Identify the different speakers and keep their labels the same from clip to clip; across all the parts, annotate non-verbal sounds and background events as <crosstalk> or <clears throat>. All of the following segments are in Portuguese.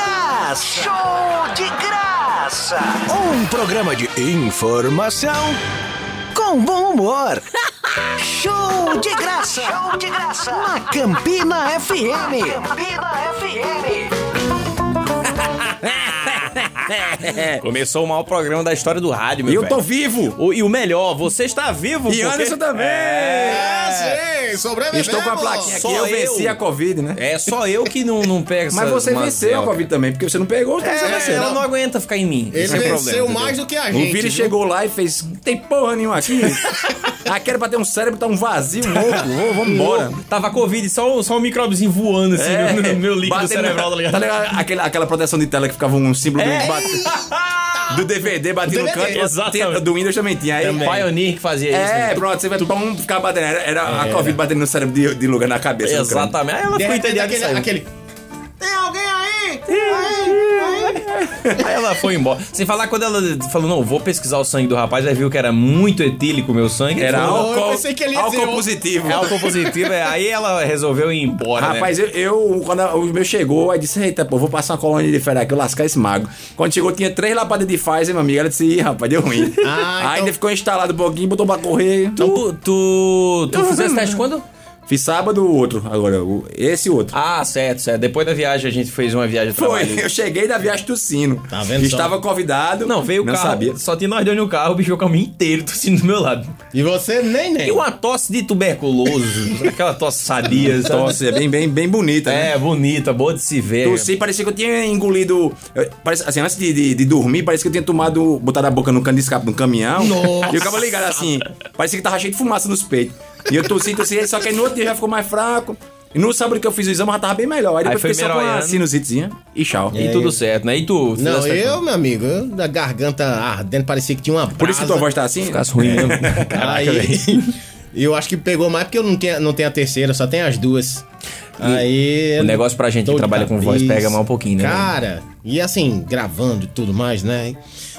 Speaker 1: graça.
Speaker 2: Show de graça!
Speaker 1: Um programa de informação com
Speaker 2: <laughs>
Speaker 1: bom humor. Show de graça.
Speaker 2: Show de graça!
Speaker 1: Na Campina FM.
Speaker 2: Campina FM!
Speaker 3: Começou o maior programa da história do rádio, meu
Speaker 4: E eu
Speaker 3: velho.
Speaker 4: tô vivo!
Speaker 3: O- e o melhor, você está vivo,
Speaker 4: E
Speaker 3: porque-
Speaker 4: Anderson também!
Speaker 5: É, sim, sobrevivemos.
Speaker 4: Estou com a plaquinha
Speaker 3: Só
Speaker 4: aqui, eu
Speaker 3: eu.
Speaker 4: venci a Covid, né?
Speaker 3: É só eu que não, não pego
Speaker 4: Mas
Speaker 3: essas
Speaker 4: você
Speaker 3: mancel,
Speaker 4: venceu a
Speaker 3: cara.
Speaker 4: Covid também, porque você não pegou, então você
Speaker 3: É,
Speaker 4: venceu.
Speaker 3: ela
Speaker 5: não.
Speaker 3: não aguenta ficar em mim.
Speaker 5: Ele
Speaker 3: Esse é o
Speaker 5: venceu
Speaker 3: problema,
Speaker 5: mais
Speaker 3: entendeu?
Speaker 5: do que a
Speaker 4: O
Speaker 5: gente.
Speaker 4: Vini
Speaker 5: viu?
Speaker 4: chegou lá e fez: "Não tem porra nenhuma
Speaker 3: <laughs>
Speaker 4: aqui. aqui era pra ter um cérebro, tá um vazio louco. Ô, Vambora.
Speaker 3: Tava Covid, só, um- só um micróbiozinho voando assim
Speaker 4: É,
Speaker 3: no, no meu líquido
Speaker 4: batendo
Speaker 3: cerebral,
Speaker 4: na-
Speaker 3: tá ligado?
Speaker 4: tá ligado? Aquela, aquela proteção de tela que ficava um símbolo
Speaker 3: É. <laughs>
Speaker 4: do, bate- do DVD batendo no
Speaker 5: DVD.
Speaker 4: canto.
Speaker 3: Exatamente.
Speaker 4: tinha- Do Windows também tinha. Aí,
Speaker 3: Também. Pioneer que fazia isso. né?
Speaker 4: É, pronto, você vai pum, ficar batendo. Era, era a Covid batendo no cérebro de, de lugar na cabeça. no é crânio.
Speaker 3: É. Exatamente. Aí ela
Speaker 5: De
Speaker 3: ficou
Speaker 5: repente,
Speaker 3: entediada e
Speaker 5: aquele,
Speaker 3: saiu.
Speaker 5: aquele. Tem alguém aí?
Speaker 4: É.
Speaker 3: Aí ela foi embora. Sem falar quando ela falou, não, vou pesquisar o sangue do rapaz, aí viu que era muito etílico o meu sangue.
Speaker 4: Era
Speaker 3: Falou,
Speaker 5: eu
Speaker 4: álcool,
Speaker 5: pensei que ele ia
Speaker 4: álcool
Speaker 5: dizer, ó,
Speaker 4: positivo.
Speaker 3: É álcool positivo, é. aí ela resolveu ir embora. né?
Speaker 4: Rapaz, eu, eu- quando a- o meu chegou, aí disse: Eita, pô, vou passar uma colônia de férias aqui, eu lascar esse mago. Quando chegou, tinha três lapadas de Pfizer, meu amigo. Ela disse: Ih, rapaz, deu ruim.
Speaker 5: Ah,
Speaker 4: <laughs> aí
Speaker 5: então-
Speaker 4: ele ficou instalado um pouquinho, botou pra correr.
Speaker 3: né? Tu, tu, tu fizesse teste quando?
Speaker 4: Fiz sábado o outro, agora, o- esse e o outro.
Speaker 3: Ah, certo, certo. Depois da viagem a gente fez uma viagem de
Speaker 4: Foi,
Speaker 3: trabalho.
Speaker 4: <laughs> eu cheguei da viagem tossindo.
Speaker 5: Tá vendo só?
Speaker 4: Estava convidado.
Speaker 3: Não, veio o
Speaker 4: não
Speaker 3: carro.
Speaker 4: sabia.
Speaker 3: Só tinha nós dois no carro, o bicho veio o caminho inteiro tossindo assim, do meu lado.
Speaker 5: E você nem, nem.
Speaker 3: E uma tosse de tuberculoso. <laughs> aquela tosse sadia, tosse.
Speaker 4: Nossa, é bem, bem, bem bonita, né?
Speaker 3: É, bonita, boa de se ver.
Speaker 4: Tossi, parecia que eu tinha engolido. eu- Parece, assim, antes de, de- de dormir, parecia que eu tinha tomado. botado a boca no cano de escape de um caminhão.
Speaker 5: Nossa.
Speaker 4: E eu ficava ligado assim. Parecia que tava cheio de fumaça nos peitos. E eu tossi, tossi, só que aí no outro dia já ficou mais fraco. E no sábado que eu fiz o exame já tava bem melhor. Aí depois
Speaker 3: foi
Speaker 4: eu fiquei só com uma
Speaker 3: melhorando.
Speaker 4: sinusitezinha e tchau.
Speaker 3: E tudo certo, né? E tu? fizesse
Speaker 5: Não,
Speaker 3: teste
Speaker 5: eu, meu amigo, eu, da garganta ardendo, parecia que tinha uma brasa.
Speaker 4: tá- Por isso que tua voz tá assim?
Speaker 3: Ficasse ruim
Speaker 4: <laughs>
Speaker 3: mesmo. <laughs>
Speaker 5: Aí, eu acho que pegou mais porque eu não tenho, não tenho a terceira, só tenho as duas. Aí.
Speaker 3: o negócio pra gente que
Speaker 5: tô de
Speaker 3: trabalha com voz
Speaker 5: cabeça.
Speaker 3: pega mais um pouquinho, né?
Speaker 5: Cara, e assim, gravando e tudo mais, né?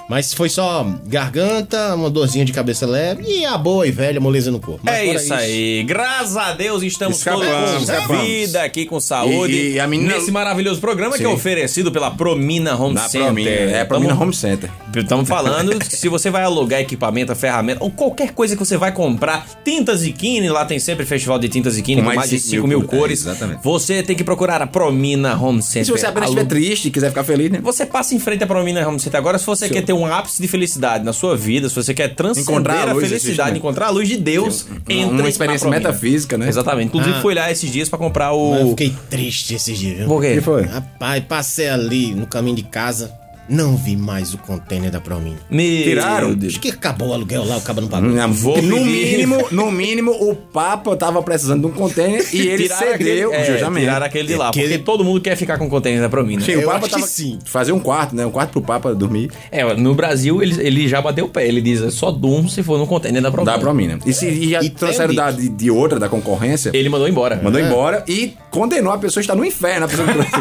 Speaker 5: Mas foi só garganta, uma dorzinha de cabeça leve e a boa e velha moleza no corpo. Mas
Speaker 3: É
Speaker 5: fora
Speaker 3: isso aí. Graças a Deus estamos
Speaker 4: Escapamos,
Speaker 3: todos com
Speaker 4: escapamos.
Speaker 3: vida aqui com saúde.
Speaker 4: E- e a menina-
Speaker 3: Nesse maravilhoso programa que é oferecido pela Promina Home
Speaker 4: Na
Speaker 3: Center.
Speaker 4: Promina. É, Promina Home Center.
Speaker 3: Estamos falando que se você vai alugar equipamento, ferramenta ou qualquer coisa que você vai comprar, tintas e quine, lá tem sempre festival de tintas e quine com mais, de 5 mil, cores.
Speaker 4: É, exatamente.
Speaker 3: Você tem que procurar a Promina Home Center.
Speaker 4: E se você apenas estiver
Speaker 3: Alu-
Speaker 4: triste e quiser ficar feliz, né?
Speaker 3: você passa em frente à Promina Home Center agora se você quer ter um ápice de felicidade na sua vida, se você quer transcender
Speaker 4: Encontrar a
Speaker 3: a,
Speaker 4: luz
Speaker 3: felicidade,
Speaker 4: existe, né?
Speaker 3: encontrar a luz de Deus, entre
Speaker 4: Uma experiência
Speaker 3: na Promina.
Speaker 4: metafísica, né?
Speaker 3: Exatamente. Inclusive
Speaker 5: Ah.
Speaker 3: fui lá esses dias pra comprar
Speaker 5: isso, eu
Speaker 3: o
Speaker 5: fiquei triste esses dias, viu?
Speaker 3: Por quê?
Speaker 4: O que foi?
Speaker 5: Rapaz, passei ali no caminho de casa, não vi mais o container da Promina.
Speaker 3: Me
Speaker 4: Tiraram?
Speaker 5: Acho que acabou o aluguel lá, o cabo não pagou.
Speaker 4: Minha avó
Speaker 3: pedir.
Speaker 4: no mínimo, no mínimo, o Papa tava precisando de um container e ele
Speaker 3: Tiraram
Speaker 4: cedeu
Speaker 3: aquele, é,
Speaker 4: justamente.
Speaker 3: tiraram aquele de lá,
Speaker 5: Aquele-
Speaker 3: porque todo mundo quer ficar com container da Promina.
Speaker 4: Sim, o
Speaker 5: Eu
Speaker 4: Papa
Speaker 5: acho que
Speaker 4: tava
Speaker 5: sim.
Speaker 4: fazer um quarto, né? Um quarto pro Papa dormir.
Speaker 3: É, no Brasil ele, ele já bateu o pé, ele diz, "É só durmo se for no container da Promina.
Speaker 4: Dá pra mim, né? E se e já
Speaker 5: E tem
Speaker 4: trouxeram
Speaker 5: disso.
Speaker 4: da, de, de outra, da concorrência,
Speaker 3: Ele mandou embora.
Speaker 4: mandou embora e condenou a pessoa a estar no inferno. A pessoa que trouxe.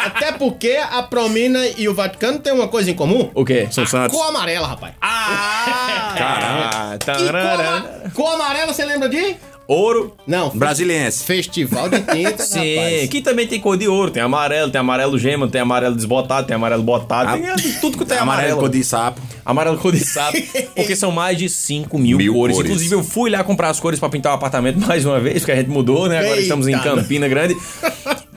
Speaker 5: Até porque a Promina e o Vaticano têm uma coisa em comum.
Speaker 3: O quê?
Speaker 4: São
Speaker 5: A
Speaker 4: Santos.
Speaker 5: cor amarela, rapaz.
Speaker 3: Ah!
Speaker 4: tá.
Speaker 3: Caralho.
Speaker 5: E cor, ama- cor amarela, você lembra de?
Speaker 3: Ouro.
Speaker 5: Não.
Speaker 4: Brasiliense.
Speaker 5: Festival de tinta,
Speaker 3: <laughs> Sim,
Speaker 5: rapaz.
Speaker 3: que também tem cor de ouro, tem amarelo, tem amarelo gema, tem amarelo desbotado, tem amarelo botado, tem tudo que tem
Speaker 4: Ah. Amarelo,
Speaker 3: amarelo.
Speaker 4: cor de sapo.
Speaker 3: Amarelo coriçado, porque são mais de 5 mil,
Speaker 4: Mil
Speaker 3: cores.
Speaker 4: cores.
Speaker 3: Inclusive, eu fui lá comprar as cores pra pintar o apartamento <laughs> mais uma vez, porque a gente mudou, né? Agora
Speaker 5: Eita.
Speaker 3: estamos em Campina Grande.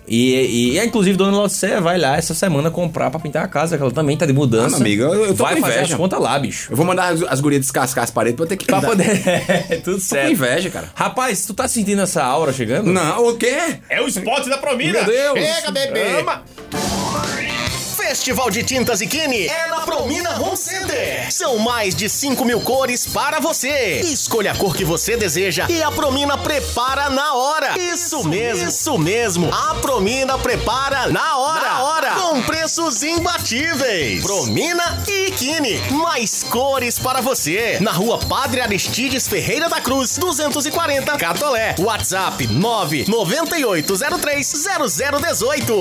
Speaker 3: E, e, e, inclusive, Dona Lotsé vai lá essa semana comprar pra pintar a casa, que ela também tá de mudança.
Speaker 4: Ah, meu amigo, eu- eu tô
Speaker 3: Vai
Speaker 4: com
Speaker 3: fazer
Speaker 4: inveja.
Speaker 3: as contas lá, bicho.
Speaker 4: Eu vou mandar as, as gurias descascar as paredes pra eu ter que
Speaker 3: Pra poder. <laughs> É, tudo
Speaker 4: Tô com
Speaker 3: certo.
Speaker 4: inveja, cara.
Speaker 3: Rapaz, tu tá sentindo essa aura chegando?
Speaker 4: Não, o quê?
Speaker 3: É o spot da Promina!
Speaker 4: Meu Deus.
Speaker 5: Chega, bebê.
Speaker 3: Ama.
Speaker 2: Festival de Tintas e Quine é na Promina Home Center. São mais de 5 mil cores para você. Escolha a cor que você deseja e a Promina prepara na hora. Isso, mesmo, isso mesmo. A Promina prepara na hora. Na hora. Com preços imbatíveis. Promina e Quine. Mais cores para você. Na rua Padre Aristides Ferreira da Cruz, 240, Catolé. WhatsApp 99803 0018.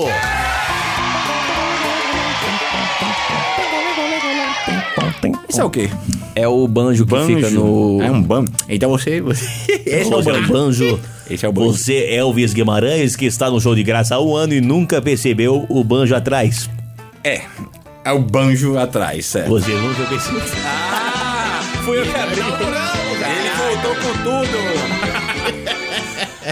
Speaker 4: Isso é o quê?
Speaker 3: É o banjo que fica no.
Speaker 4: É um banjo. Então você... você... <laughs> Esse é o banjo.
Speaker 6: Banjo.
Speaker 4: Esse é o banjo.
Speaker 6: Você, Elvis Guimarães, que está no show de graça há um ano e nunca percebeu o banjo atrás.
Speaker 4: É. É o banjo atrás, é. certo?
Speaker 5: Você não joguei esse.
Speaker 4: Ah, fui eu que abri. Ele voltou com tudo.
Speaker 3: <laughs>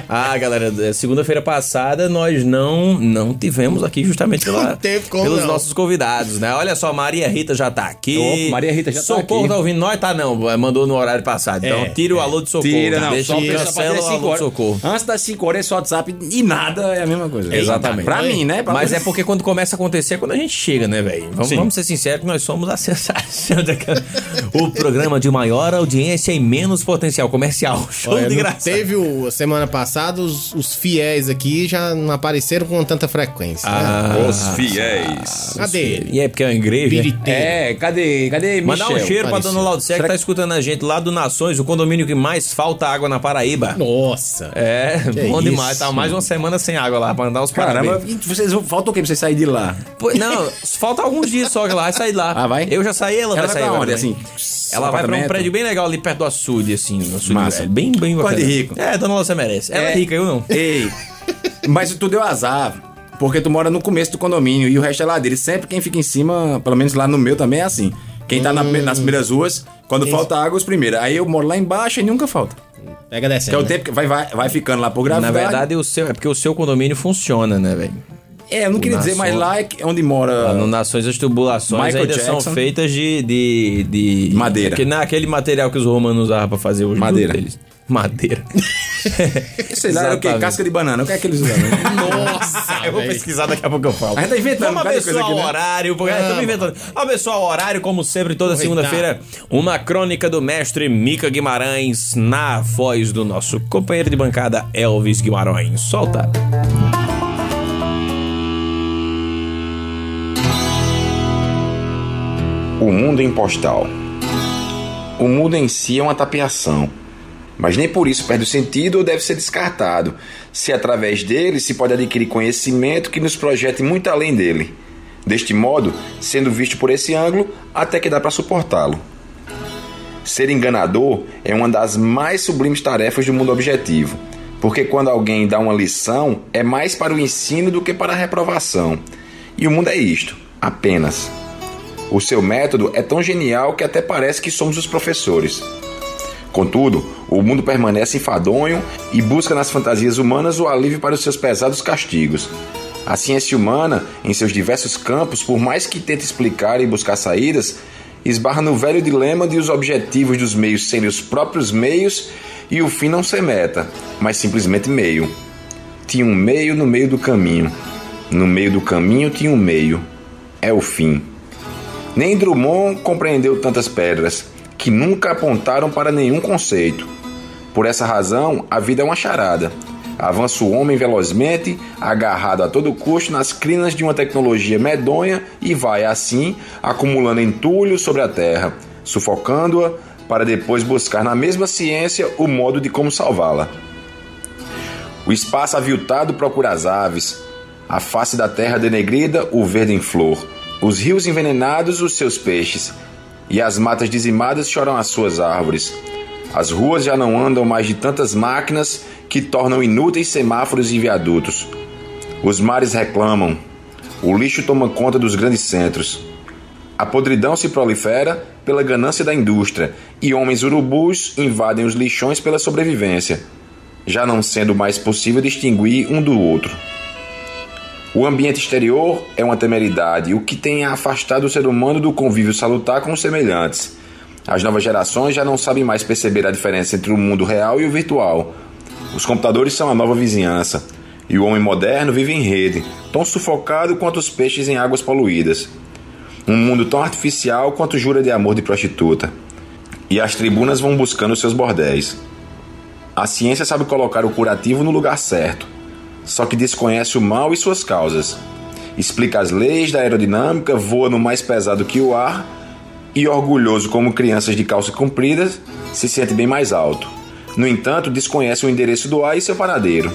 Speaker 3: Ah, galera, é, segunda-feira passada nós não não tivemos aqui justamente pela-
Speaker 5: teve como
Speaker 3: pelos
Speaker 5: não.
Speaker 3: nossos convidados, né? Olha só, Maria Rita já tá aqui.
Speaker 4: Opa, Maria Rita já tá
Speaker 3: socorro
Speaker 4: aqui. É,
Speaker 3: tá ouvindo nós? Tá não, mandou no horário passado. Então tira o alô de socorro.
Speaker 4: Tira,
Speaker 3: né?
Speaker 4: não.
Speaker 3: Deixa
Speaker 4: só precisa
Speaker 3: cancela
Speaker 4: fazer
Speaker 3: o alô
Speaker 4: 5
Speaker 3: de
Speaker 4: horas.
Speaker 3: socorro.
Speaker 4: Antes das 5 horas é só WhatsApp e nada é a mesma coisa.
Speaker 3: Exatamente.
Speaker 4: Pra mim, né? Pra
Speaker 3: Mas
Speaker 4: você.
Speaker 3: é porque quando começa a acontecer é quando a gente chega, né, velho? Vamos, vamos ser sinceros que nós somos a <laughs> sensação daquela... o programa de maior audiência e menos potencial comercial. Show
Speaker 5: Olha,
Speaker 3: de
Speaker 5: não
Speaker 3: graça.
Speaker 5: Teve o, semana passada, os, os fiéis aqui já não apareceram com tanta frequência. né? Ah,
Speaker 4: Os fiéis.
Speaker 5: Cadê ele?
Speaker 3: E é porque é uma igreja. né?
Speaker 5: Piriteiro.
Speaker 4: É, cadê, cadê
Speaker 3: Mandar
Speaker 4: Michel?
Speaker 3: um cheiro pra
Speaker 5: Apareceu.
Speaker 3: dona Laudicé que tá escutando a gente lá do Nações, o condomínio que mais falta água na Paraíba.
Speaker 5: Nossa.
Speaker 3: É, bom
Speaker 5: isso?
Speaker 3: demais. Tá mais uma semana sem água lá pra mandar os
Speaker 4: Caramba,
Speaker 3: parabéns.
Speaker 4: e vocês vão- falta o quê pra vocês saírem de lá?
Speaker 3: Pô, Não, falta alguns dias só que ela vai sair lá.
Speaker 4: Ah, vai?
Speaker 3: Eu já saí, ela,
Speaker 4: Ela
Speaker 3: vai
Speaker 4: vai
Speaker 3: sair.
Speaker 4: pra onde,
Speaker 3: agora né?
Speaker 4: assim?
Speaker 3: também. Ela vai pra um
Speaker 4: Apartamento?
Speaker 3: prédio bem legal ali perto do açude, assim, no açude
Speaker 4: Massa.
Speaker 3: velho. Bem, bem
Speaker 4: Coisa
Speaker 3: bacana.
Speaker 4: de rico.
Speaker 3: É, dona Laudicé merece. Ela é,
Speaker 4: É.
Speaker 3: rica, eu não.
Speaker 4: Ei, mas tu deu azar. Porque tu mora no começo do condomínio e o resto é ladeira. E sempre quem fica em cima, pelo menos lá no meu também é assim. Quem tá na- nas primeiras ruas, quando falta água, os primeiros. Aí eu moro lá embaixo e nunca falta.
Speaker 5: Pega né?
Speaker 4: Que é
Speaker 5: descendo.
Speaker 4: o tempo que vai, vai, vai ficando lá por gravidade.
Speaker 3: Na verdade, o seu, é porque o seu condomínio funciona, né, velho?
Speaker 4: É, eu não queria
Speaker 3: na
Speaker 4: dizer, mas
Speaker 3: sua-
Speaker 4: lá é que- onde mora.
Speaker 3: No Nações as tubulações
Speaker 4: Michael
Speaker 3: ainda são
Speaker 4: Jackson.
Speaker 3: feitas de, de, de-
Speaker 4: Madeira.
Speaker 3: Que, naquele material que os romanos usavam pra fazer os
Speaker 4: Madeira.
Speaker 3: juros deles. Madeira.
Speaker 4: sei lá, era o quê?
Speaker 3: Exatamente.
Speaker 4: Casca de banana. O que é que eles usam? né?
Speaker 3: <laughs>
Speaker 5: Nossa,
Speaker 3: <laughs> eu vou
Speaker 5: velho.
Speaker 3: pesquisar daqui a pouco eu falo.
Speaker 4: A gente tá inventando
Speaker 3: Vamos
Speaker 4: cada coisa
Speaker 3: abençoar
Speaker 4: aqui,
Speaker 3: o
Speaker 4: né?
Speaker 3: horário, porque estamos inventando. Abençoar o horário, como sempre, toda segunda-feira, uma crônica do mestre Mica Guimarães na voz do nosso companheiro de bancada, Elvis Guimarães. Solta.
Speaker 7: O mundo em postal. O mundo em si é uma tapeação, mas nem por isso perde o sentido ou deve ser descartado, se é através dele se pode adquirir conhecimento que nos projete muito além dele. Deste modo, sendo visto por esse ângulo, até que dá para suportá-lo. Ser enganador é uma das mais sublimes tarefas do mundo objetivo, porque quando alguém dá uma lição, é mais para o ensino do que para a reprovação. E o mundo é isto, apenas. O seu método é tão genial que até parece que somos os professores. Contudo, o mundo permanece enfadonho e busca nas fantasias humanas o alívio para os seus pesados castigos. A ciência humana, em seus diversos campos, por mais que tente explicar e buscar saídas, esbarra no velho dilema de os objetivos dos meios serem os próprios meios e o fim não ser meta, mas simplesmente meio. Tinha um meio no meio do caminho. No meio do caminho tinha um meio. É o fim. Nem Drummond compreendeu tantas pedras, que nunca apontaram para nenhum conceito. Por essa razão, a vida é uma charada. Avança o homem velozmente, agarrado a todo custo nas crinas de uma tecnologia medonha e vai, assim, acumulando entulho sobre a terra, sufocando-a para depois buscar na mesma ciência o modo de como salvá-la. O espaço aviltado procura as aves, a face da terra denegrida, o verde em flor, os rios envenenados, os seus peixes, e as matas dizimadas choram as suas árvores. As ruas já não andam mais de tantas máquinas que tornam inúteis semáforos e viadutos. Os mares reclamam, o lixo toma conta dos grandes centros. A podridão se prolifera pela ganância da indústria e homens urubus invadem os lixões pela sobrevivência, já não sendo mais possível distinguir um do outro. O ambiente exterior é uma temeridade, o que tem afastado o ser humano do convívio salutar com os semelhantes. As novas gerações já não sabem mais perceber a diferença entre o mundo real e o virtual. Os computadores são a nova vizinhança, e o homem moderno vive em rede, tão sufocado quanto os peixes em águas poluídas. Um mundo tão artificial quanto jura de amor de prostituta. E as tribunas vão buscando seus bordéis. A ciência sabe colocar o curativo no lugar certo, só que desconhece o mal e suas causas. Explica as leis da aerodinâmica, voa no mais pesado que o ar e, orgulhoso como crianças de calça comprida, se sente bem mais alto. No entanto, desconhece o endereço do ar e seu paradeiro.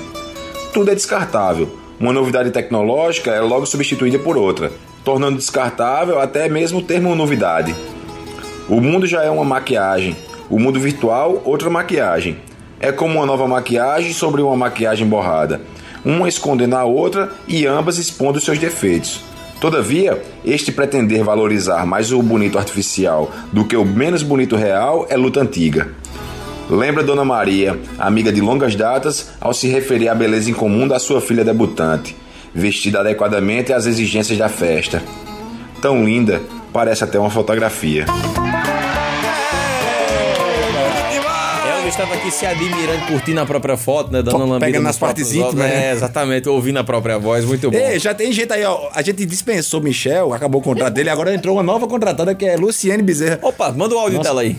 Speaker 7: Tudo é descartável. Uma novidade tecnológica é logo substituída por outra, tornando descartável até mesmo o termo novidade. O mundo já é uma maquiagem. O mundo virtual, outra maquiagem. É como uma nova maquiagem sobre uma maquiagem borrada. Uma escondendo a outra e ambas expondo seus defeitos. Todavia, este pretender valorizar mais o bonito artificial do que o menos bonito real é luta antiga. Lembra Dona Maria, amiga de longas datas, ao se referir à beleza incomum da sua filha debutante, vestida adequadamente às exigências da festa. Tão linda, parece até uma fotografia.
Speaker 3: Elvis estava aqui se admirando, curtindo a própria foto, né? Dando
Speaker 4: Pegando
Speaker 3: uma lambida
Speaker 4: nas
Speaker 3: nos próprios
Speaker 4: partes íntimas,
Speaker 3: ovos.
Speaker 4: né?
Speaker 3: É, exatamente, ouvindo a própria voz, muito bom.
Speaker 4: Ei, já tem gente aí, ó. A gente dispensou Michel, acabou o contrato dele, agora entrou uma nova contratada que é Luciane Bezerra.
Speaker 3: Opa, manda o áudio dela aí.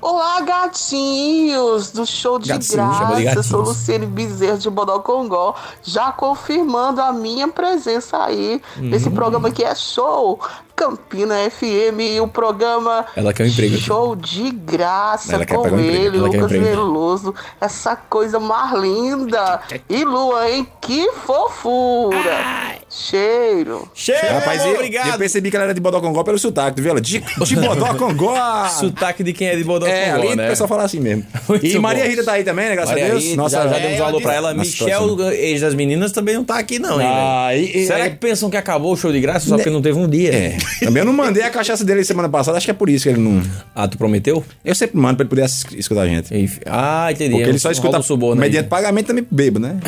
Speaker 8: Olá, gatinhos do show de
Speaker 4: Gatinhos, chamou
Speaker 8: graça.
Speaker 4: de gatinhos.
Speaker 8: Sou Luciane Bezerra de Bodocongó, já confirmando a minha presença aí nesse
Speaker 4: Hum.
Speaker 8: programa que é show. Campina FM, o programa
Speaker 3: Ela quer um emprego.
Speaker 8: Show de graça
Speaker 4: Ela quer
Speaker 8: com
Speaker 4: pegar um emprego,
Speaker 8: ele,
Speaker 4: ela quer um
Speaker 8: Lucas
Speaker 4: emprego.
Speaker 8: Veloso. Essa coisa mais
Speaker 4: <laughs>
Speaker 8: linda. E Lua, hein? Que fofura. Cheiro.
Speaker 3: Chega,
Speaker 4: Rapaz, eu, eu
Speaker 3: obrigado.
Speaker 4: percebi que ela era de Bodocongó pelo sotaque, tu viu? Ela, de, de Bodocongó!
Speaker 3: <laughs> Sotaque de quem é de Bodocongó,
Speaker 4: é, ali
Speaker 3: né?
Speaker 4: o pessoal fala assim mesmo.
Speaker 3: <laughs> Muito
Speaker 4: e
Speaker 3: bom.
Speaker 4: Maria Rita tá aí também, né? Graças
Speaker 3: Olha
Speaker 4: a Deus.
Speaker 3: aí, já, já demos
Speaker 4: é,
Speaker 3: valor pra ela.
Speaker 4: Nossa,
Speaker 3: Michel, ex das meninas, também não tá aqui, não, hein,
Speaker 4: Ah,
Speaker 3: velho?
Speaker 4: e- e-
Speaker 3: Será
Speaker 4: é- Né.
Speaker 3: que pensam que acabou o show de graça só porque não teve um dia?
Speaker 4: É. Também eu não mandei a cachaça dele semana passada, acho que é por isso que ele não.
Speaker 3: Ah, tu prometeu?
Speaker 4: Eu sempre mando pra ele poder ass- escutar a gente.
Speaker 3: Enfi- Ah, entendi.
Speaker 4: Porque
Speaker 3: É um-
Speaker 4: ele só
Speaker 3: rola
Speaker 4: escuta
Speaker 3: um suborno aí.
Speaker 4: <laughs> mediante pagamento também bebo,
Speaker 3: <laughs>
Speaker 4: né?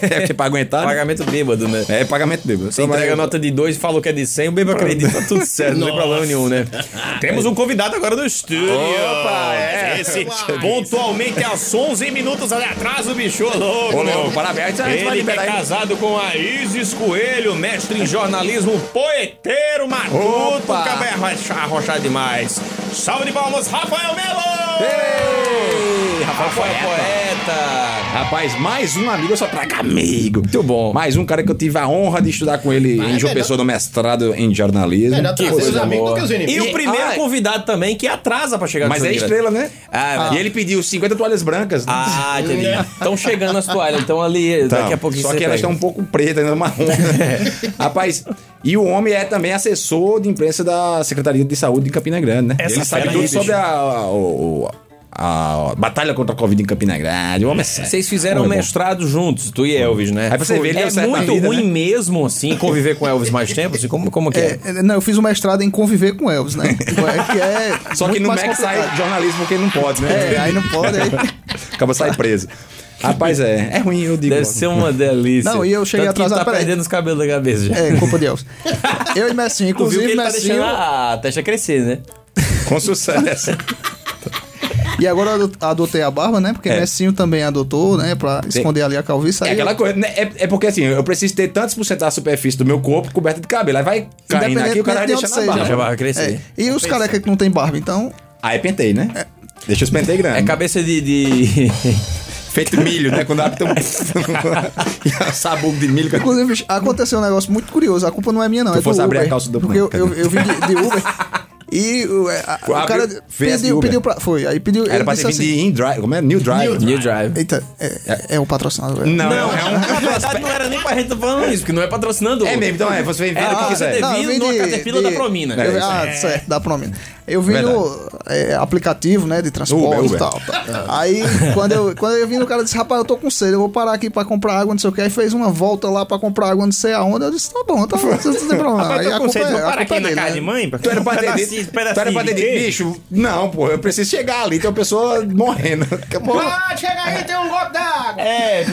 Speaker 4: É porque pra aguentar. né?
Speaker 3: Pagamento bêbado, né?
Speaker 4: É pagamento bebo.
Speaker 3: Você entrega a nota de 2, fala o que é de 100, o bêbado acredita, tá
Speaker 4: <laughs>
Speaker 3: tudo certo, não tem problema nenhum, né? Temos um convidado agora no estúdio. Opa, é. Esse, pontualmente, às 11 minutos atrás, o bicho é louco.
Speaker 4: Ô,
Speaker 3: meu.
Speaker 4: louco, parabéns, a gente
Speaker 3: Ele
Speaker 4: vai
Speaker 3: que é
Speaker 4: liberar ele.
Speaker 3: casado com a Isis Coelho, mestre em jornalismo, poeteiro, matuto,
Speaker 4: Opa.
Speaker 3: cabé arrocha- arrochado demais. Salve de palmas, Rafael Melo!
Speaker 4: Ei, Rafael
Speaker 3: Rafael é Poeta!
Speaker 4: Rapaz, mais um amigo, eu só trago amigo.
Speaker 3: Muito bom.
Speaker 4: Mais um cara que eu tive a honra de estudar com ele em João
Speaker 5: melhor-
Speaker 4: Pessoa no mestrado em jornalismo.
Speaker 5: Melhor trazer os
Speaker 4: coisa
Speaker 5: tá amigos
Speaker 4: boa.
Speaker 5: do que os
Speaker 3: E,
Speaker 5: inimigos.
Speaker 3: o primeiro
Speaker 4: ah,
Speaker 3: convidado também, que atrasa pra chegar no
Speaker 4: Mas
Speaker 3: show
Speaker 4: é
Speaker 3: de graça.
Speaker 4: estrela, né?
Speaker 3: Ah,
Speaker 4: e ele pediu 50 toalhas brancas. né?
Speaker 3: Ah, <laughs> entendi. Estão chegando as toalhas, então ali,
Speaker 4: Então,
Speaker 3: daqui a pouquinho
Speaker 4: Só
Speaker 3: você
Speaker 4: que elas
Speaker 3: pega.
Speaker 4: estão um pouco pretas, ainda marrom.
Speaker 9: <laughs>
Speaker 4: Rapaz, e o homem é também assessor de imprensa da Secretaria de Saúde de Campina Grande, né?
Speaker 3: Essa
Speaker 4: ele sabe
Speaker 3: fera
Speaker 4: tudo
Speaker 3: aí,
Speaker 4: sobre
Speaker 3: bicho.
Speaker 4: a, a- o- a- a batalha contra a Covid em Campina Grande. O homem é sério.
Speaker 3: Vocês fizeram
Speaker 4: Homem
Speaker 9: um
Speaker 4: é bom.
Speaker 3: mestrado juntos, tu e Elvis, né?
Speaker 4: Aí você vê, ele
Speaker 3: é
Speaker 4: deu certo na
Speaker 3: muito
Speaker 4: vida,
Speaker 3: ruim
Speaker 4: né?
Speaker 3: mesmo, assim, conviver com Elvis mais tempo, assim, como, como que é?
Speaker 9: É, é, não, eu fiz um mestrado em conviver com Elvis, né? É, que é
Speaker 4: Só que
Speaker 9: muito
Speaker 4: no
Speaker 9: mais
Speaker 4: MEC sai
Speaker 9: complicado.
Speaker 4: jornalismo porque não pode, né?
Speaker 9: É, aí não pode. Aí...
Speaker 4: <laughs> Acaba sai preso. Rapaz, é, é ruim, eu digo.
Speaker 3: Deve ser um uma delícia.
Speaker 9: Não, e eu cheguei
Speaker 3: Tanto que
Speaker 9: atrasado,
Speaker 3: tá
Speaker 9: peraí.
Speaker 3: perdendo os cabelos da cabeça já.
Speaker 9: É, culpa
Speaker 4: <laughs>
Speaker 9: de Elvis. <laughs> Eu e Messinho,
Speaker 3: Tu viu que
Speaker 9: inclusive
Speaker 3: ele tá
Speaker 9: Messinho.
Speaker 3: deixando a testa crescer, né?
Speaker 4: Com sucesso.
Speaker 9: <laughs> E agora eu ado- adotei a barba, né? Porque Messinho também adotou, né? Pra esconder ali a calvície.
Speaker 4: É
Speaker 9: Tá aí
Speaker 4: aquela coisa, né? É, é porque assim, eu preciso ter tantos por cento da superfície do meu corpo coberta de cabelo. Aí vai caindo aqui, o cara vai
Speaker 9: Independentemente de onde
Speaker 4: deixando a
Speaker 9: seja.
Speaker 4: barba.
Speaker 3: Deixa a barba crescer.
Speaker 9: É, E os carecas que não tem barba, então.
Speaker 4: Aí pentei, né? Deixa os pentei
Speaker 3: É
Speaker 4: grandes.
Speaker 3: cabeça de... de...
Speaker 4: Feito milho, né? Quando abre tem
Speaker 9: <laughs>
Speaker 4: um... <laughs> e um sabugo de milho. cara.
Speaker 9: Inclusive, aconteceu um negócio muito curioso. A culpa não é minha, não. é do
Speaker 4: fosse
Speaker 9: Uber,
Speaker 4: abrir a calça do-
Speaker 9: Porque eu, eu, eu vim de, de Uber. E o, é, a- o
Speaker 4: Abriu,
Speaker 9: cara
Speaker 4: fez de
Speaker 9: pediu,
Speaker 4: assim, Uber.
Speaker 9: pediu pra. Foi, aí pediu.
Speaker 4: Era
Speaker 9: ele
Speaker 4: pra ter
Speaker 9: disse assim,
Speaker 4: vindo de in drive. Como é? New drive.
Speaker 3: New Drive.
Speaker 9: Eita, é, é um patrocinador. velho.
Speaker 4: Não, é um...
Speaker 3: <laughs> Na verdade, não era nem pra gente tá falando isso, porque não é Ah, patrocinando.
Speaker 4: É mesmo, então é, você vem ver
Speaker 3: Era
Speaker 4: o que
Speaker 3: pra você
Speaker 4: quiser.
Speaker 3: ter
Speaker 9: eu
Speaker 3: vindo
Speaker 9: vim
Speaker 3: numa Caterpillar da Promina.
Speaker 9: eu-
Speaker 4: É isso
Speaker 9: ah, certo, da Promina. Eu vim no é, aplicativo, né, de transporte
Speaker 4: Uber, Uber.
Speaker 9: e tal. tal. Aí, quando eu, quando eu vim, o cara disse, rapaz, eu tô com sede, eu vou parar aqui pra comprar água, não sei o que. Aí fez uma volta lá pra comprar água, não sei aonde. Eu disse, tá bom, tá bom, não tem problema. Aí a culpa é- a culpa é dele, né?
Speaker 3: mãe? Um
Speaker 4: Tu era pra ter dito, tu era pra ter dito, bicho, não, pô, eu preciso chegar ali, tem uma pessoa
Speaker 9: <laughs>
Speaker 4: morrendo.
Speaker 5: Ah, chega aí, tem um golpe d'água.
Speaker 3: É,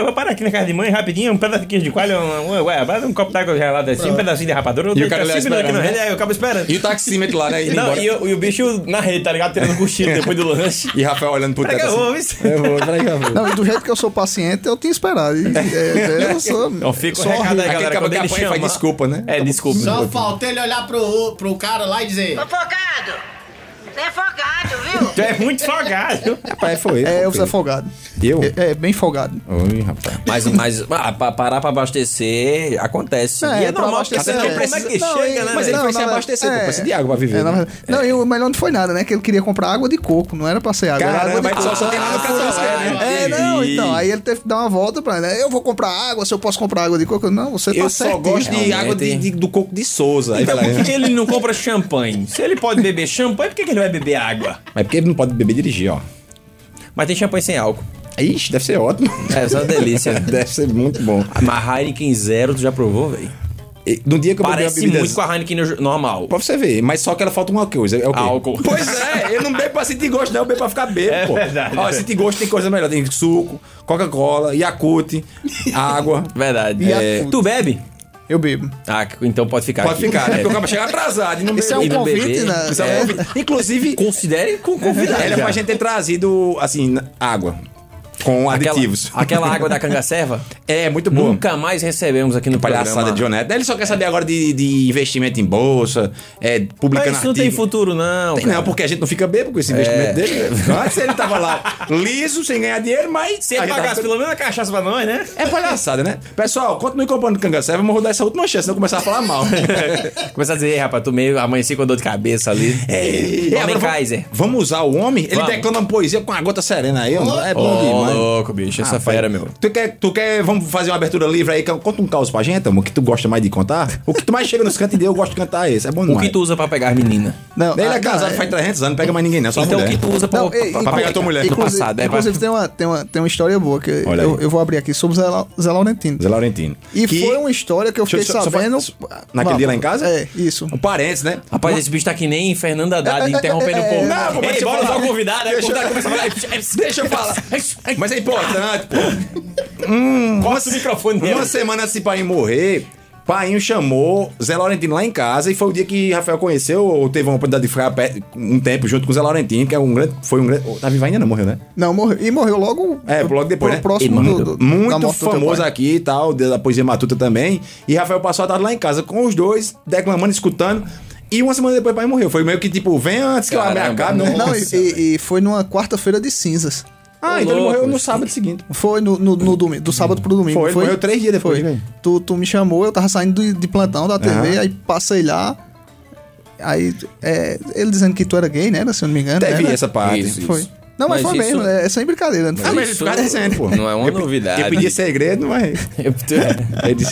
Speaker 9: <laughs>
Speaker 3: eu vou parar aqui na casa de mãe rapidinho, um pedacinho de coalho, um, ué, um, copo d'água gelada assim, um pedacinho de rapadura.
Speaker 4: E o cara lá esperando, né?
Speaker 3: Eu acabo esperando.
Speaker 4: E o taxímetro lá, né? indo
Speaker 3: Não,
Speaker 4: embora.
Speaker 3: e, o, e o bicho na rede, tá ligado? Tirando cochilo depois do
Speaker 4: <laughs>
Speaker 3: lanche. Tá,
Speaker 4: E Rafael olhando pro
Speaker 3: Pega
Speaker 4: teto
Speaker 3: ovo,
Speaker 4: assim.
Speaker 3: isso.
Speaker 4: Eu vou, peraí que eu vou.
Speaker 9: Não, e do jeito que eu sou paciente, eu tinha esperado. E, é,
Speaker 4: <laughs>
Speaker 9: eu sou,
Speaker 3: Então fica o
Speaker 9: sou
Speaker 3: recado aí,
Speaker 9: horrível.
Speaker 4: Aquele
Speaker 3: galera.
Speaker 4: cara
Speaker 3: Quando
Speaker 4: que
Speaker 3: ele
Speaker 4: apanha,
Speaker 3: chama...
Speaker 4: faz desculpa, né?
Speaker 3: É, desculpa.
Speaker 5: Só
Speaker 3: desculpa.
Speaker 5: falta ele olhar pro, pro cara lá e dizer...
Speaker 1: Fofocado! Você é folgado, viu?
Speaker 3: Tu é muito folgado.
Speaker 4: Rapaz, foi
Speaker 9: É, eu
Speaker 4: foi.
Speaker 9: sou folgado.
Speaker 4: Eu?
Speaker 9: É, é, bem folgado.
Speaker 4: Oi, rapaz.
Speaker 3: Mas, mas ah, pra parar pra abastecer, acontece. e é
Speaker 9: pra
Speaker 3: normal, porque você
Speaker 9: abastecer,
Speaker 3: não
Speaker 4: assim,
Speaker 9: é.
Speaker 3: sabe como é que
Speaker 9: Não,
Speaker 3: chega,
Speaker 9: e-
Speaker 3: né?
Speaker 4: Mas
Speaker 3: velho?
Speaker 4: ele foi
Speaker 9: não,
Speaker 4: se
Speaker 9: na verdade-
Speaker 4: abastecer,
Speaker 9: é.
Speaker 4: pô, precisa de água pra viver,
Speaker 9: É, na
Speaker 4: né?
Speaker 9: verdade- Não, e o melhor não foi nada, né? Que ele queria comprar água de coco, não era pra ser água. era
Speaker 4: Caramba,
Speaker 9: água de
Speaker 4: mas só só tem lá no
Speaker 3: Ah,
Speaker 4: casal, né?
Speaker 9: É,
Speaker 3: Entendi.
Speaker 9: não, então. Aí ele teve que dar uma volta pra né? Eu vou comprar água, se eu posso comprar água de coco. Eu, Não, você
Speaker 4: Eu
Speaker 9: tá
Speaker 4: só
Speaker 9: certo.
Speaker 4: gosto é de
Speaker 3: Realmente.
Speaker 4: água de- de- do coco de Souza. Aí vai
Speaker 3: Então
Speaker 4: lá,
Speaker 3: por que
Speaker 4: né?
Speaker 3: ele não compra champanhe? Se ele pode beber champanhe, por que que ele vai beber água?
Speaker 4: Mas porque ele não pode beber e dirigir, ó.
Speaker 3: Mas tem champanhe sem álcool.
Speaker 4: Ixi, deve ser ótimo. <laughs>
Speaker 3: É, isso é uma delícia.
Speaker 4: Deve ser muito bom.
Speaker 3: Mas Heineken Zero, tu já provou, velho?
Speaker 4: E No dia que eu
Speaker 3: Parece
Speaker 4: bebi uma
Speaker 3: muito
Speaker 4: bebida...
Speaker 3: com a Heineken no- normal.
Speaker 4: Pra você ver, mas só que ela falta uma coisa. É o quê?
Speaker 3: Álcool.
Speaker 4: <laughs> Pois é, eu não bebo pra sentir gosto, não. Eu bebo pra ficar bebo,
Speaker 3: É
Speaker 4: pô.
Speaker 3: verdade.
Speaker 4: Ó, sentir gosto tem coisa melhor. Tem suco, Coca-Cola, Yakult,
Speaker 3: <laughs>
Speaker 4: água.
Speaker 3: Verdade. né?
Speaker 4: É.
Speaker 3: Tu bebe?
Speaker 9: Eu bebo.
Speaker 3: Ah, então pode ficar.
Speaker 4: Pode
Speaker 3: aqui.
Speaker 4: ficar, né? Porque o
Speaker 3: É.
Speaker 4: cara chega atrasado e não
Speaker 9: Isso
Speaker 4: bebe.
Speaker 9: é um
Speaker 4: E não bebe.
Speaker 9: convite, né?
Speaker 4: Isso é um convite.
Speaker 3: <laughs>
Speaker 4: Inclusive,
Speaker 3: Considere com convidado.
Speaker 4: era
Speaker 3: já.
Speaker 4: pra é gente ter trazido, assim, água. Com
Speaker 3: Aquela-
Speaker 4: aditivos.
Speaker 3: Aquela, água da cangacerva?
Speaker 4: <laughs> É, muito <laughs> boa.
Speaker 3: Nunca mais recebemos aqui no
Speaker 4: Palhaçada
Speaker 3: programa.
Speaker 4: de Jonete. Ele só quer saber agora de, de investimento em bolsa, é, publicando
Speaker 3: Mas isso não tem
Speaker 4: artigo.
Speaker 3: futuro, não.
Speaker 4: Tem
Speaker 3: cara.
Speaker 4: não, porque a gente não fica bebo com esse
Speaker 3: É.
Speaker 4: investimento dele. Antes ele tava lá liso, sem ganhar dinheiro, mas...
Speaker 3: Se
Speaker 4: a
Speaker 3: ele
Speaker 4: gente
Speaker 3: pagasse
Speaker 4: tava-
Speaker 3: pelo menos a cachaça pra nós, né?
Speaker 4: É palhaçada, né? Pessoal, continue comprando cangaceira, vamos rodar essa última chance, senão eu começar a falar
Speaker 3: <laughs>
Speaker 4: mal. É.
Speaker 3: Começar a dizer, "Ei, rapaz, tu meio amanheci com dor de cabeça
Speaker 4: <laughs>
Speaker 3: ali.
Speaker 4: E
Speaker 3: Tomem
Speaker 4: agora vamos-
Speaker 3: Kaiser.
Speaker 4: Vamos usar o homem? Ele
Speaker 3: Vamos.
Speaker 4: declama poesia com a gota serena aí, ó. É
Speaker 3: Ô,
Speaker 4: bom demais.
Speaker 3: louco, bicho, essa
Speaker 4: Ah,
Speaker 3: fera,
Speaker 4: velho.
Speaker 3: meu.
Speaker 4: Tu quer, tu quer, vamos fazer uma abertura livre aí? Conta um caos pra gente, amor, que tu gosta mais de contar. O que tu mais chega nos cantos de Deus, eu gosto de cantar esse. É bom
Speaker 3: O
Speaker 4: demais.
Speaker 3: que tu usa pra pegar as meninas?
Speaker 9: Não,
Speaker 4: Ele
Speaker 9: ah,
Speaker 4: é casado
Speaker 9: não,
Speaker 4: faz 300 anos, não pega mais ninguém, não. Só
Speaker 3: Então, o
Speaker 4: mulher.
Speaker 3: que tu usa pra,
Speaker 9: Não,
Speaker 3: pra-
Speaker 9: ei,
Speaker 3: pra
Speaker 9: inclusive-
Speaker 3: pegar tua mulher do
Speaker 9: inclusive,
Speaker 3: passado? É, pra-
Speaker 9: inclusive tem, uma, tem, uma, tem uma história boa que
Speaker 4: Olha
Speaker 9: eu,
Speaker 4: aí.
Speaker 9: eu vou abrir aqui sobre o Zé, La- Zé Laurentino.
Speaker 4: Zé Laurentino.
Speaker 9: E
Speaker 4: Que-
Speaker 9: foi uma história que eu fiquei
Speaker 4: Deixa eu só- só fa-
Speaker 9: sabendo.
Speaker 4: Naquele
Speaker 9: Vá,
Speaker 4: dia lá em casa?
Speaker 9: É, isso.
Speaker 4: Um parênteses, né?
Speaker 3: Rapaz, esse bicho tá que nem Fernando Haddad, interrompendo o povo.
Speaker 4: Não, pô,
Speaker 3: Ei,
Speaker 4: mas deixa eu
Speaker 3: bora
Speaker 4: falar.
Speaker 3: usar o convidado. aí o
Speaker 4: Deixa eu-
Speaker 3: convidado começa a falar.
Speaker 4: Deixa eu falar. Mas é importante, pô.
Speaker 9: <laughs>
Speaker 4: Hum,
Speaker 3: Corta o microfone
Speaker 9: É.
Speaker 3: dele.
Speaker 4: Uma semana antes de Painho morrer, Painho chamou Zé Laurentino lá em casa e foi o dia que Rafael conheceu ou teve uma oportunidade de ficar perto, um tempo junto com Zé Laurentino, que é um grande, foi um grande... oh, Tá vivo ainda, não morreu, né?
Speaker 9: Não, morreu. E morreu logo.
Speaker 4: É, logo depois,
Speaker 9: pro-
Speaker 4: né?
Speaker 9: Próximo
Speaker 3: Ele
Speaker 9: do, do, da
Speaker 4: Muito
Speaker 9: morte do teu
Speaker 4: famoso
Speaker 9: pai.
Speaker 4: aqui e tal, da poesia matuta também. E Rafael passou a tarde lá em casa com os dois, declamando, escutando. E uma semana depois Painho morreu. Foi meio que tipo, vem antes que eu abra a
Speaker 3: Caramba,
Speaker 4: né?
Speaker 9: Não, e- e, e foi numa quarta-feira de cinzas.
Speaker 4: Ah, então ele
Speaker 3: Louco,
Speaker 4: morreu no
Speaker 3: isso.
Speaker 4: sábado seguinte.
Speaker 9: Foi no, no, no domingo, do sábado pro domingo.
Speaker 4: Foi,
Speaker 9: não
Speaker 4: ele morreu três dias depois,
Speaker 9: Foi.
Speaker 4: né?
Speaker 9: Tu, tu me chamou, eu tava saindo de, de plantão da TV,
Speaker 4: Aham.
Speaker 9: aí passei lá. Aí, é, ele dizendo que tu era gay, né? Se eu não me engano.
Speaker 4: Teve
Speaker 9: né?
Speaker 4: essa parte.
Speaker 3: Isso,
Speaker 9: Foi. Não,
Speaker 3: Mas
Speaker 9: mas, foi
Speaker 3: isso-
Speaker 9: mesmo, é, é sem brincadeira. Não
Speaker 4: Ah,
Speaker 9: foi?
Speaker 4: mas eles ficaram
Speaker 3: isso
Speaker 4: dizendo, pô.
Speaker 3: não é uma
Speaker 4: Eu pe-
Speaker 3: novidade.
Speaker 4: Eu pedia segredo, <laughs> mas.
Speaker 3: Eu-
Speaker 4: Ele <laughs> disse.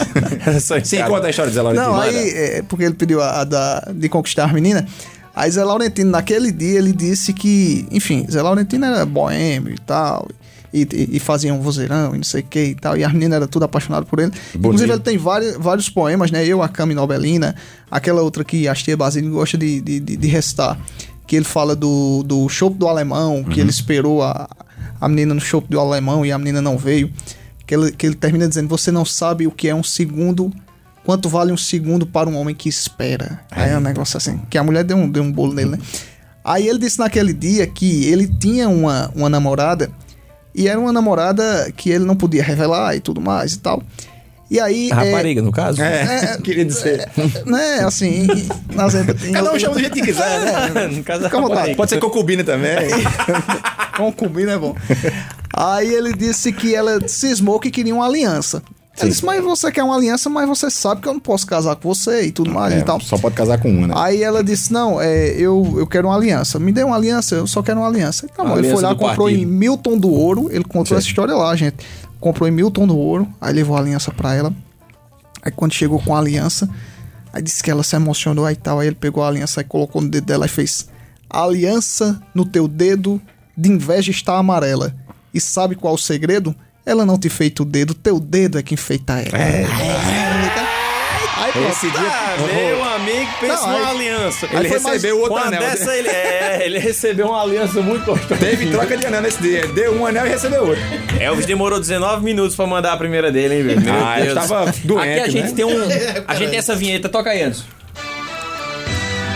Speaker 4: Sim, conta a história de Zé Laurentino.
Speaker 9: Não, aí, é, porque ele pediu a, a da, de conquistar a menina. Aí Zé Laurentino, naquele dia, ele disse que, enfim, Zé Laurentino era boêmio e tal. E, e- e fazia um vozeirão e não sei o que e tal. E a menina era tudo apaixonada por ele. Inclusive, ele tem vários, vários poemas, né? Eu, a Cami Nobelina, aquela outra que a Tia Basílio gosta de, de, de, de recitar. Que ele fala do, do chope do alemão, que ele esperou a, a menina no chope do alemão e a menina não veio. Que ele, que ele termina dizendo: Você não sabe o que é um segundo Quanto vale um segundo para um homem que espera? Aí é um negócio assim. Que a mulher deu um, deu um bolo nele, né? Aí ele disse naquele dia que ele tinha uma, uma namorada. E era uma namorada que ele não podia revelar e tudo mais e tal. E aí.
Speaker 3: A
Speaker 9: é,
Speaker 3: rapariga, no caso?
Speaker 4: <laughs> É, queria dizer.
Speaker 9: né, assim. e- nas- em-
Speaker 4: Cada um chama do jeito que quiser, né?
Speaker 3: <laughs> no caso, a
Speaker 9: Fica à vontade.
Speaker 3: rapariga.
Speaker 4: Pode ser concubina <laughs> também.
Speaker 9: Concubina é bom. Aí ele disse que ela cismou que queria uma aliança. Ele disse, mas você quer uma aliança, mas você sabe que eu não posso casar com você e tudo
Speaker 3: É,
Speaker 9: mais e tal.
Speaker 4: É, Só pode casar com uma, né?
Speaker 9: Aí ela disse: Não, é, eu, eu quero uma aliança. Me dê uma aliança, eu só quero uma aliança. Tá bom, ele
Speaker 3: Aliança
Speaker 9: foi lá,
Speaker 3: do
Speaker 9: comprou
Speaker 3: partido.
Speaker 9: em Milton do Ouro. Ele contou essa história lá, gente. Comprou em Milton do Ouro, aí levou a aliança pra ela. Aí quando chegou com a aliança, aí disse que ela se emocionou aí tal. Aí ele pegou a aliança e colocou no dedo dela e fez: Aliança no teu dedo de inveja está amarela. E sabe qual o segredo? Ela não te feita o dedo, teu dedo é que enfeita ela. Aí pronto.
Speaker 4: Esse dia.
Speaker 3: Ah, meu amigo pensou
Speaker 9: Não, aí-
Speaker 3: numa aliança.
Speaker 4: Ele recebeu outro
Speaker 3: Quando
Speaker 4: anel.
Speaker 3: dessa, <laughs> ele, é, ele recebeu uma aliança muito gostosa.
Speaker 4: Teve um- troca de anel nesse dia. Ele Deu um anel e recebeu outro.
Speaker 3: Elvis demorou 19 minutos pra mandar a primeira dele, hein, velho? Meu
Speaker 4: Ah, ele tava
Speaker 3: Aqui
Speaker 4: doente,
Speaker 3: a
Speaker 4: né?
Speaker 3: gente tem um...
Speaker 4: <laughs>
Speaker 3: A gente tem essa vinheta. Toca aí, Anderson.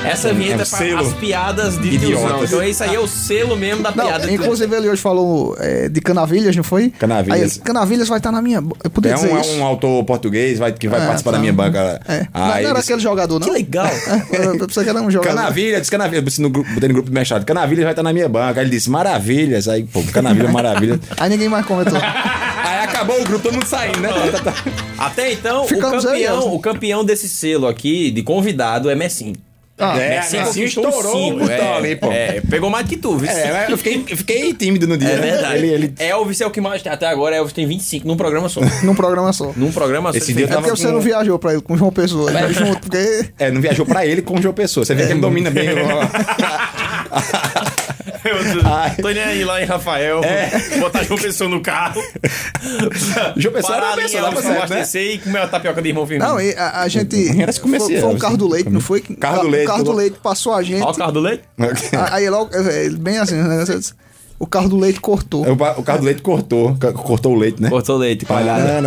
Speaker 3: Essa vinheta é, para
Speaker 4: selo.
Speaker 3: as piadas de
Speaker 4: Idiotas.
Speaker 3: tiozão. Então isso aí é o selo mesmo da
Speaker 9: Não,
Speaker 3: piada. de
Speaker 9: inclusive ele hoje falou é, de Canavilhas, não foi?
Speaker 4: Canavilhas.
Speaker 9: Aí ele, Canavilhas vai estar na minha. bo- Eu podia
Speaker 4: É
Speaker 9: dizer
Speaker 4: um, é
Speaker 9: isso.
Speaker 4: um autor português vai- que vai
Speaker 9: É,
Speaker 4: participar da
Speaker 9: tá.
Speaker 4: minha banca.
Speaker 9: É. Não, não
Speaker 4: Aí
Speaker 9: era
Speaker 4: ele-
Speaker 9: aquele jogador, não?
Speaker 3: Que legal.
Speaker 9: <laughs> Eu pensei que era um jogador.
Speaker 4: Canavilha, disse Canavilha, disse no grupo, botei no grupo do mestrado, Canavilha vai estar na minha banca. Aí ele disse, maravilhas. Aí, pô, Canavilha, maravilha.
Speaker 9: Aí ninguém mais comentou.
Speaker 4: <laughs> Aí acabou o grupo, todo mundo saindo, né? <laughs> Tá, tá, tá.
Speaker 3: Até então, o
Speaker 9: Ficamos aí,
Speaker 3: campeão,
Speaker 9: Elvis.
Speaker 3: o campeão desse selo aqui, de convidado, é Messin.
Speaker 9: Ah,
Speaker 4: É,
Speaker 3: Messin
Speaker 4: Messi
Speaker 3: conquistou
Speaker 4: estourou o
Speaker 3: cinco,
Speaker 4: botão
Speaker 3: é,
Speaker 4: ali, pô.
Speaker 3: é, pegou mais que tu, viu?
Speaker 4: É, mas eu fiquei, eu fiquei tímido no dia.
Speaker 3: É
Speaker 4: né?
Speaker 3: verdade.
Speaker 4: Ele, ele...
Speaker 3: Elvis é o que mais tem. Até agora, Elvis tem 25 num programa só.
Speaker 9: num programa só.
Speaker 3: Num programa só.
Speaker 4: Esse
Speaker 3: ele
Speaker 4: dia tá
Speaker 9: É
Speaker 3: fez-
Speaker 9: porque
Speaker 4: tava
Speaker 9: você
Speaker 4: com-
Speaker 9: não viajou pra ele com o João Pessoa. né?
Speaker 4: <laughs>
Speaker 9: junto, porque.
Speaker 3: É,
Speaker 4: É, não viajou pra ele com o João Pessoa. Você vê que ele domina bem. o- Ai.
Speaker 6: Eu tô nem aí lá em Rafael.
Speaker 4: É.
Speaker 6: Botar João Pessoa no carro.
Speaker 4: João Pessoa era
Speaker 6: Parar
Speaker 4: uma
Speaker 6: ali em
Speaker 4: pessoa, dá pra
Speaker 6: Alves,
Speaker 4: certo, né?
Speaker 6: abastecer e comer a tapioca de irmão Firmino.
Speaker 9: Não, e a, a gente.
Speaker 4: Era esse comercial,
Speaker 9: foi, foi um carro do leite, não foi?
Speaker 4: Carro do
Speaker 9: O
Speaker 4: leite,
Speaker 9: carro do
Speaker 4: tudo.
Speaker 9: leite passou a gente.
Speaker 6: Ó o carro do leite.
Speaker 9: a- Aí logo, é, é, bem assim, né? o carro do leite cortou.
Speaker 4: O, ba- o carro do leite cortou. ca- Cortou o leite, né?
Speaker 3: Cortou leite, palhada.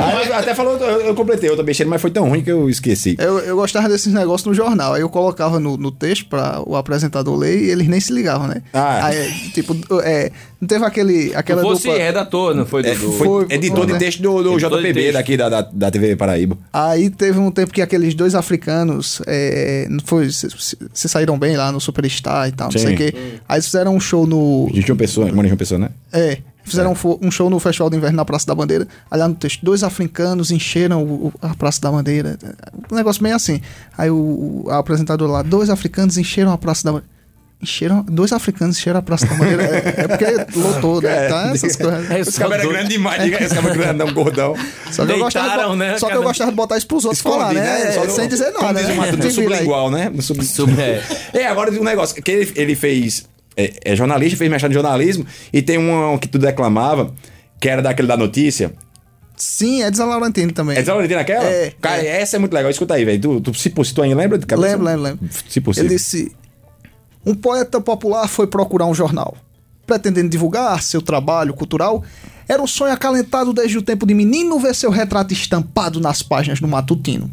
Speaker 4: Aí eu até falou, eu, eu completei outra besteira, mas foi tão ruim que eu esqueci.
Speaker 9: Eu, eu gostava desses negócios no jornal. Aí eu colocava no, no texto pra o apresentador ler e eles nem se ligavam, né?
Speaker 4: Ah.
Speaker 9: Aí, tipo, é, não teve aquele, aquela
Speaker 3: Se fosse
Speaker 9: dupla...
Speaker 3: redator, não foi,
Speaker 4: É,
Speaker 3: Dudu?
Speaker 4: foi
Speaker 9: Foi,
Speaker 4: editor
Speaker 9: né?
Speaker 4: de texto do, do
Speaker 3: Editor de
Speaker 4: JPB
Speaker 3: texto.
Speaker 4: daqui da, da, da TV Paraíba.
Speaker 9: Aí teve um tempo que aqueles dois africanos é, não foi, se, se- se saíram bem lá no Superstar e tal, não
Speaker 4: Sim.
Speaker 9: sei o quê. Aí eles fizeram um show no.
Speaker 4: De João Pessoa, mora em João Pessoa, né?
Speaker 9: É, fizeram um fo- um show no Festival do Inverno na Praça da Bandeira. Aí lá no texto, dois africanos encheram o- o- a Praça da Bandeira. Um negócio meio assim. Aí o, o apresentador lá, dois africanos encheram a Praça da Bandeira. Encheram, dois africanos encheram a Praça da Bandeira. É, é porque
Speaker 4: <laughs>
Speaker 9: lotou, né?
Speaker 4: É.
Speaker 9: Tá, essas coisas.
Speaker 3: É,
Speaker 4: Esse cabra era grande demais, diga, esse cabra grandão, gordão.
Speaker 9: Só que, eu gostava, de
Speaker 3: Deitaram,
Speaker 9: bo-
Speaker 3: né,
Speaker 9: só que eu
Speaker 3: cara?
Speaker 9: gostava de botar isso pros outros falar, né? É,
Speaker 4: Só no-
Speaker 9: Sem dizer
Speaker 4: como
Speaker 9: nada.
Speaker 4: diz o
Speaker 9: né?
Speaker 4: Matheus, é
Speaker 9: Te
Speaker 4: no
Speaker 9: vira aí.
Speaker 4: sublingual, né? No sub...
Speaker 3: Sub- é.
Speaker 4: É, agora um negócio, que ele, ele fez... É, é jornalista, fez mestrado em jornalismo, e tem um que tu declamava, que era daquele da notícia.
Speaker 9: Sim, é de Zé Laurentino também.
Speaker 4: É de Laurentino aquela?
Speaker 9: É,
Speaker 4: Cara,
Speaker 9: é.
Speaker 4: essa é muito legal, escuta aí, velho. Tu, tu se pôs, tu ainda lembra? de cabeça?
Speaker 9: Lembro, lembro, lembro.
Speaker 4: Se possível.
Speaker 9: Ele disse: Um poeta popular foi procurar um jornal, pretendendo divulgar seu trabalho cultural. Era um sonho acalentado desde o tempo de menino ver seu retrato estampado nas páginas do matutino.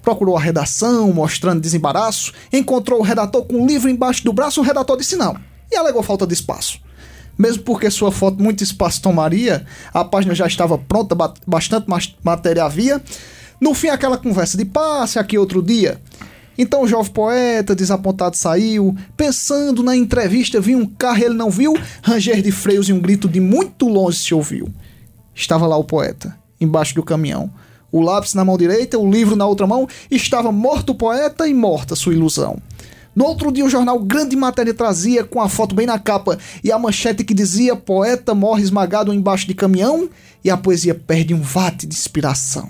Speaker 9: Procurou a redação, mostrando desembaraço, encontrou o redator com um livro embaixo do braço, o redator disse não, e alegou falta de espaço. Mesmo porque sua foto muito espaço tomaria, a página já estava pronta, ba- bastante mas- matéria havia. No fim, aquela conversa de passe aqui outro dia. Então o jovem poeta, desapontado, saiu. Pensando na entrevista, viu um carro, ele não viu. Ranger de freios e um grito de muito longe se ouviu. Estava lá o poeta, embaixo do caminhão. O lápis na mão direita, o livro na outra mão. Estava morto o poeta e morta sua ilusão. No outro dia, o jornal Grande Matéria trazia com a foto bem na capa e a manchete que dizia: Poeta morre esmagado embaixo de caminhão e a poesia perde um vate de inspiração.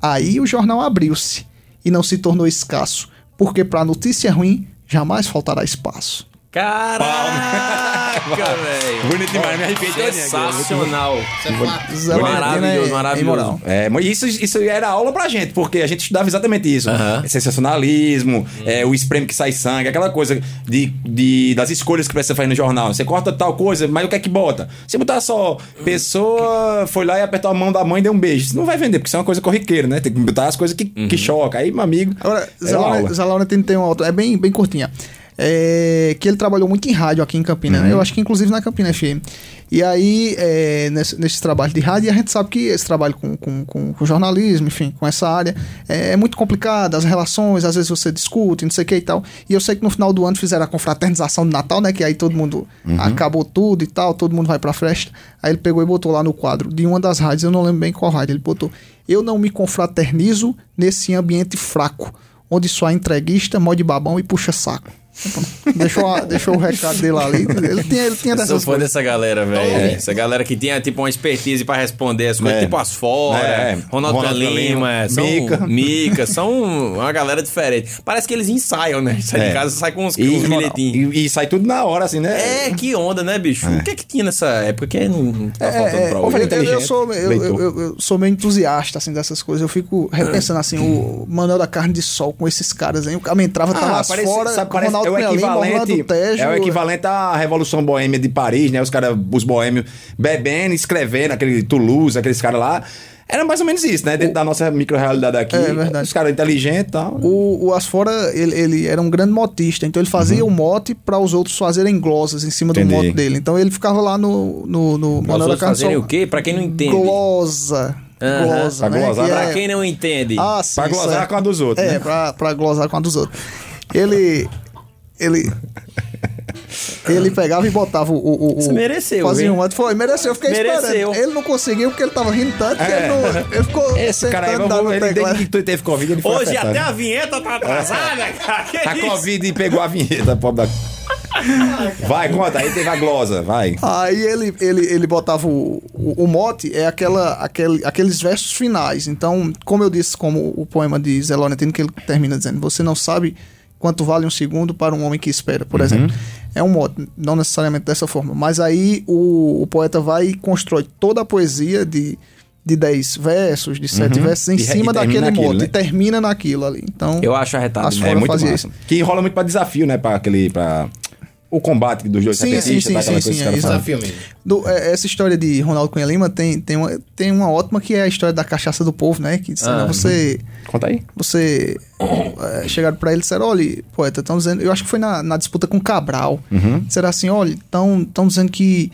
Speaker 9: Aí o jornal abriu-se e não se tornou escasso, porque para notícia ruim jamais faltará espaço.
Speaker 3: Caraca, velho.
Speaker 4: Bonito demais, me arrepiei
Speaker 3: né, Sensacional.
Speaker 5: Isso é fato.
Speaker 9: Zé né,
Speaker 3: Maravilhoso,
Speaker 9: Valentina
Speaker 3: maravilhoso.
Speaker 4: É, mas isso, isso era aula pra gente, porque a gente estudava exatamente isso.
Speaker 3: Aham.
Speaker 4: É Sensacionalismo, é, o espreme que sai sangue, aquela coisa de, de- das escolhas que precisa fazer no jornal. Você corta tal coisa, mas o que é que bota? Se botar só, pessoa foi lá e apertou a mão da mãe e deu um beijo. Isso não vai vender, porque isso é uma coisa corriqueira, né? Tem que botar as coisas que,
Speaker 3: Uhum.
Speaker 4: que chocam. Aí, meu amigo,
Speaker 9: Agora,
Speaker 4: era
Speaker 3: É
Speaker 9: Zé
Speaker 4: aula.
Speaker 9: Laure- Zé Laurentino tem uma outra, é bem, bem curtinha. É, que ele trabalhou muito em rádio aqui em Campina, né? eu acho que inclusive na Campina FM. E aí, é, nesse, nesse trabalho de rádio, a gente sabe que esse trabalho com, com, com, com jornalismo, enfim, com essa área, é, é muito complicado, as relações, às vezes você discute, não sei o que e tal. E eu sei que no final do ano fizeram a confraternização de Natal, né? Que aí todo mundo acabou tudo e tal, todo mundo vai pra festa. Aí ele pegou e botou lá no quadro de uma das rádios, eu não lembro bem qual rádio, ele botou: Eu não me confraternizo nesse ambiente fraco onde só há entreguista, mó de babão e puxa saco. deixou, a- deixou o recado dele ali. Ele tinha, ele tinha
Speaker 3: Eu sou
Speaker 9: é dessas
Speaker 3: fã
Speaker 9: coisas.
Speaker 3: dessa galera, velho. É. Essa galera que tinha, tipo, uma expertise pra responder as coisas,
Speaker 4: É.
Speaker 3: tipo as fora,
Speaker 4: É.
Speaker 3: Ronaldo,
Speaker 4: Ronaldo
Speaker 3: Lima,
Speaker 4: Lima,
Speaker 3: é, são
Speaker 4: Mica.
Speaker 3: Mica, são uma galera diferente. Parece que eles ensaiam, né? Sai
Speaker 4: É.
Speaker 3: de casa, sai com uns,
Speaker 4: E,
Speaker 3: uns bilhetinhos.
Speaker 4: e, e sai tudo na hora, assim, né?
Speaker 3: É, que onda, né, bicho? O que é que tinha nessa época que não, não
Speaker 9: É,
Speaker 3: tá faltando pra
Speaker 9: Eu-
Speaker 3: hoje?
Speaker 4: falei
Speaker 9: eu, eu
Speaker 4: inteligente,
Speaker 9: sou, eu,
Speaker 4: leitor.
Speaker 9: eu- eu sou meio entusiasta assim, dessas coisas.
Speaker 4: <clears throat>
Speaker 9: Eu fico repensando assim, o Manuel da Carne de Sol com esses caras, hein? O cara entrava, tava lá
Speaker 4: Tá parece-
Speaker 9: Ah, fora,
Speaker 4: Ah, sabe,
Speaker 9: com
Speaker 4: parece-
Speaker 9: Ronaldo
Speaker 4: é o
Speaker 9: Melim,
Speaker 4: equivalente,
Speaker 9: Orlando Tejo.
Speaker 4: é o equivalente à Revolução Boêmia de Paris, né? Os caras, os boêmios, bebendo, escrevendo, aquele Toulouse, aqueles caras lá. Era mais ou menos isso, né? Dentro da nossa micro-realidade aqui.
Speaker 9: É verdade.
Speaker 4: Os caras inteligentes e tal.
Speaker 9: O, o Asfora, ele, ele era um grande motista, então ele fazia o mote para os outros fazerem glosas em cima
Speaker 4: Uhum. Entendi.
Speaker 9: do mote dele. Então ele ficava lá no, no, no
Speaker 3: Pra os
Speaker 9: Manuel da
Speaker 3: outros
Speaker 9: Carne de
Speaker 3: fazerem
Speaker 9: Sol.
Speaker 3: o quê? Pra quem não entende.
Speaker 9: Glosa.
Speaker 3: Aham.
Speaker 9: Glosa,
Speaker 4: Pra
Speaker 9: né?
Speaker 4: glosar,
Speaker 9: Que
Speaker 3: Pra
Speaker 9: é-
Speaker 3: quem não entende.
Speaker 9: Ah, sim,
Speaker 4: Pra glosar
Speaker 9: certo.
Speaker 4: com a dos outros,
Speaker 9: É,
Speaker 4: né?
Speaker 9: pra, pra glosar com a dos outros. Ele. Ele. Ele pegava e botava o. o, o
Speaker 3: Você mereceu,
Speaker 9: Fazia
Speaker 3: viu?
Speaker 9: um outro. Foi, mereceu. Eu fiquei
Speaker 3: Mereceu.
Speaker 9: esperando. Ele não conseguiu porque ele tava rindo tanto que
Speaker 4: É.
Speaker 9: ele não. Ele ficou.
Speaker 4: Esse cara aí,
Speaker 9: tentando dar
Speaker 4: vamos,
Speaker 9: no
Speaker 4: ele,
Speaker 9: teclado.
Speaker 4: desde que tu teve Covid, ele foi
Speaker 6: Hoje
Speaker 4: afetado.
Speaker 6: até a vinheta tá atrasada, cara. Que
Speaker 4: A
Speaker 6: isso?
Speaker 4: Covid pegou a vinheta, pobre da...
Speaker 6: <laughs>
Speaker 4: Vai, conta, aí teve a glosa, vai.
Speaker 9: Aí ele, ele, ele botava o, o, o mote, é aquela, aquele, aqueles versos finais. Então, como eu disse, como o poema de Zé Laurentino, que ele termina dizendo: Você não sabe quanto vale um segundo para um homem que espera, por
Speaker 4: Uhum.
Speaker 9: exemplo. É um modo, não necessariamente dessa forma. Mas aí o, o poeta vai e constrói toda a poesia de, de 10 versos, de 7 versos, em
Speaker 4: Uhum. E re-
Speaker 9: cima
Speaker 4: e termina
Speaker 9: daquele
Speaker 4: naquilo,
Speaker 9: modo.
Speaker 4: né?
Speaker 9: E termina naquilo ali. Então,
Speaker 3: Eu acho arretado.
Speaker 9: As
Speaker 3: né?
Speaker 9: foram
Speaker 4: É muito
Speaker 9: fazer
Speaker 4: massa.
Speaker 9: isso.
Speaker 4: Que rola muito pra desafio, né? Pra aquele. Pra... O combate dos dois
Speaker 9: Sim,
Speaker 4: sapetistas,
Speaker 9: sim, sim,
Speaker 4: tá? aquela
Speaker 9: sim,
Speaker 4: coisa
Speaker 9: sim,
Speaker 4: que
Speaker 9: é
Speaker 4: os caras
Speaker 5: Desafio mesmo.
Speaker 9: Do- é- essa história de Ronaldo Cunha Lima tem, tem, uma, tem uma ótima que é a história da cachaça do povo, né? Que sei lá, você.
Speaker 4: falam. Ah, Conta aí.
Speaker 9: Você. é, chegaram pra ele e disseram: olha, poeta, estão dizendo. Eu acho que foi na, na disputa com Cabral.
Speaker 4: Uhum.
Speaker 9: Disseram assim: olha, estão dizendo que.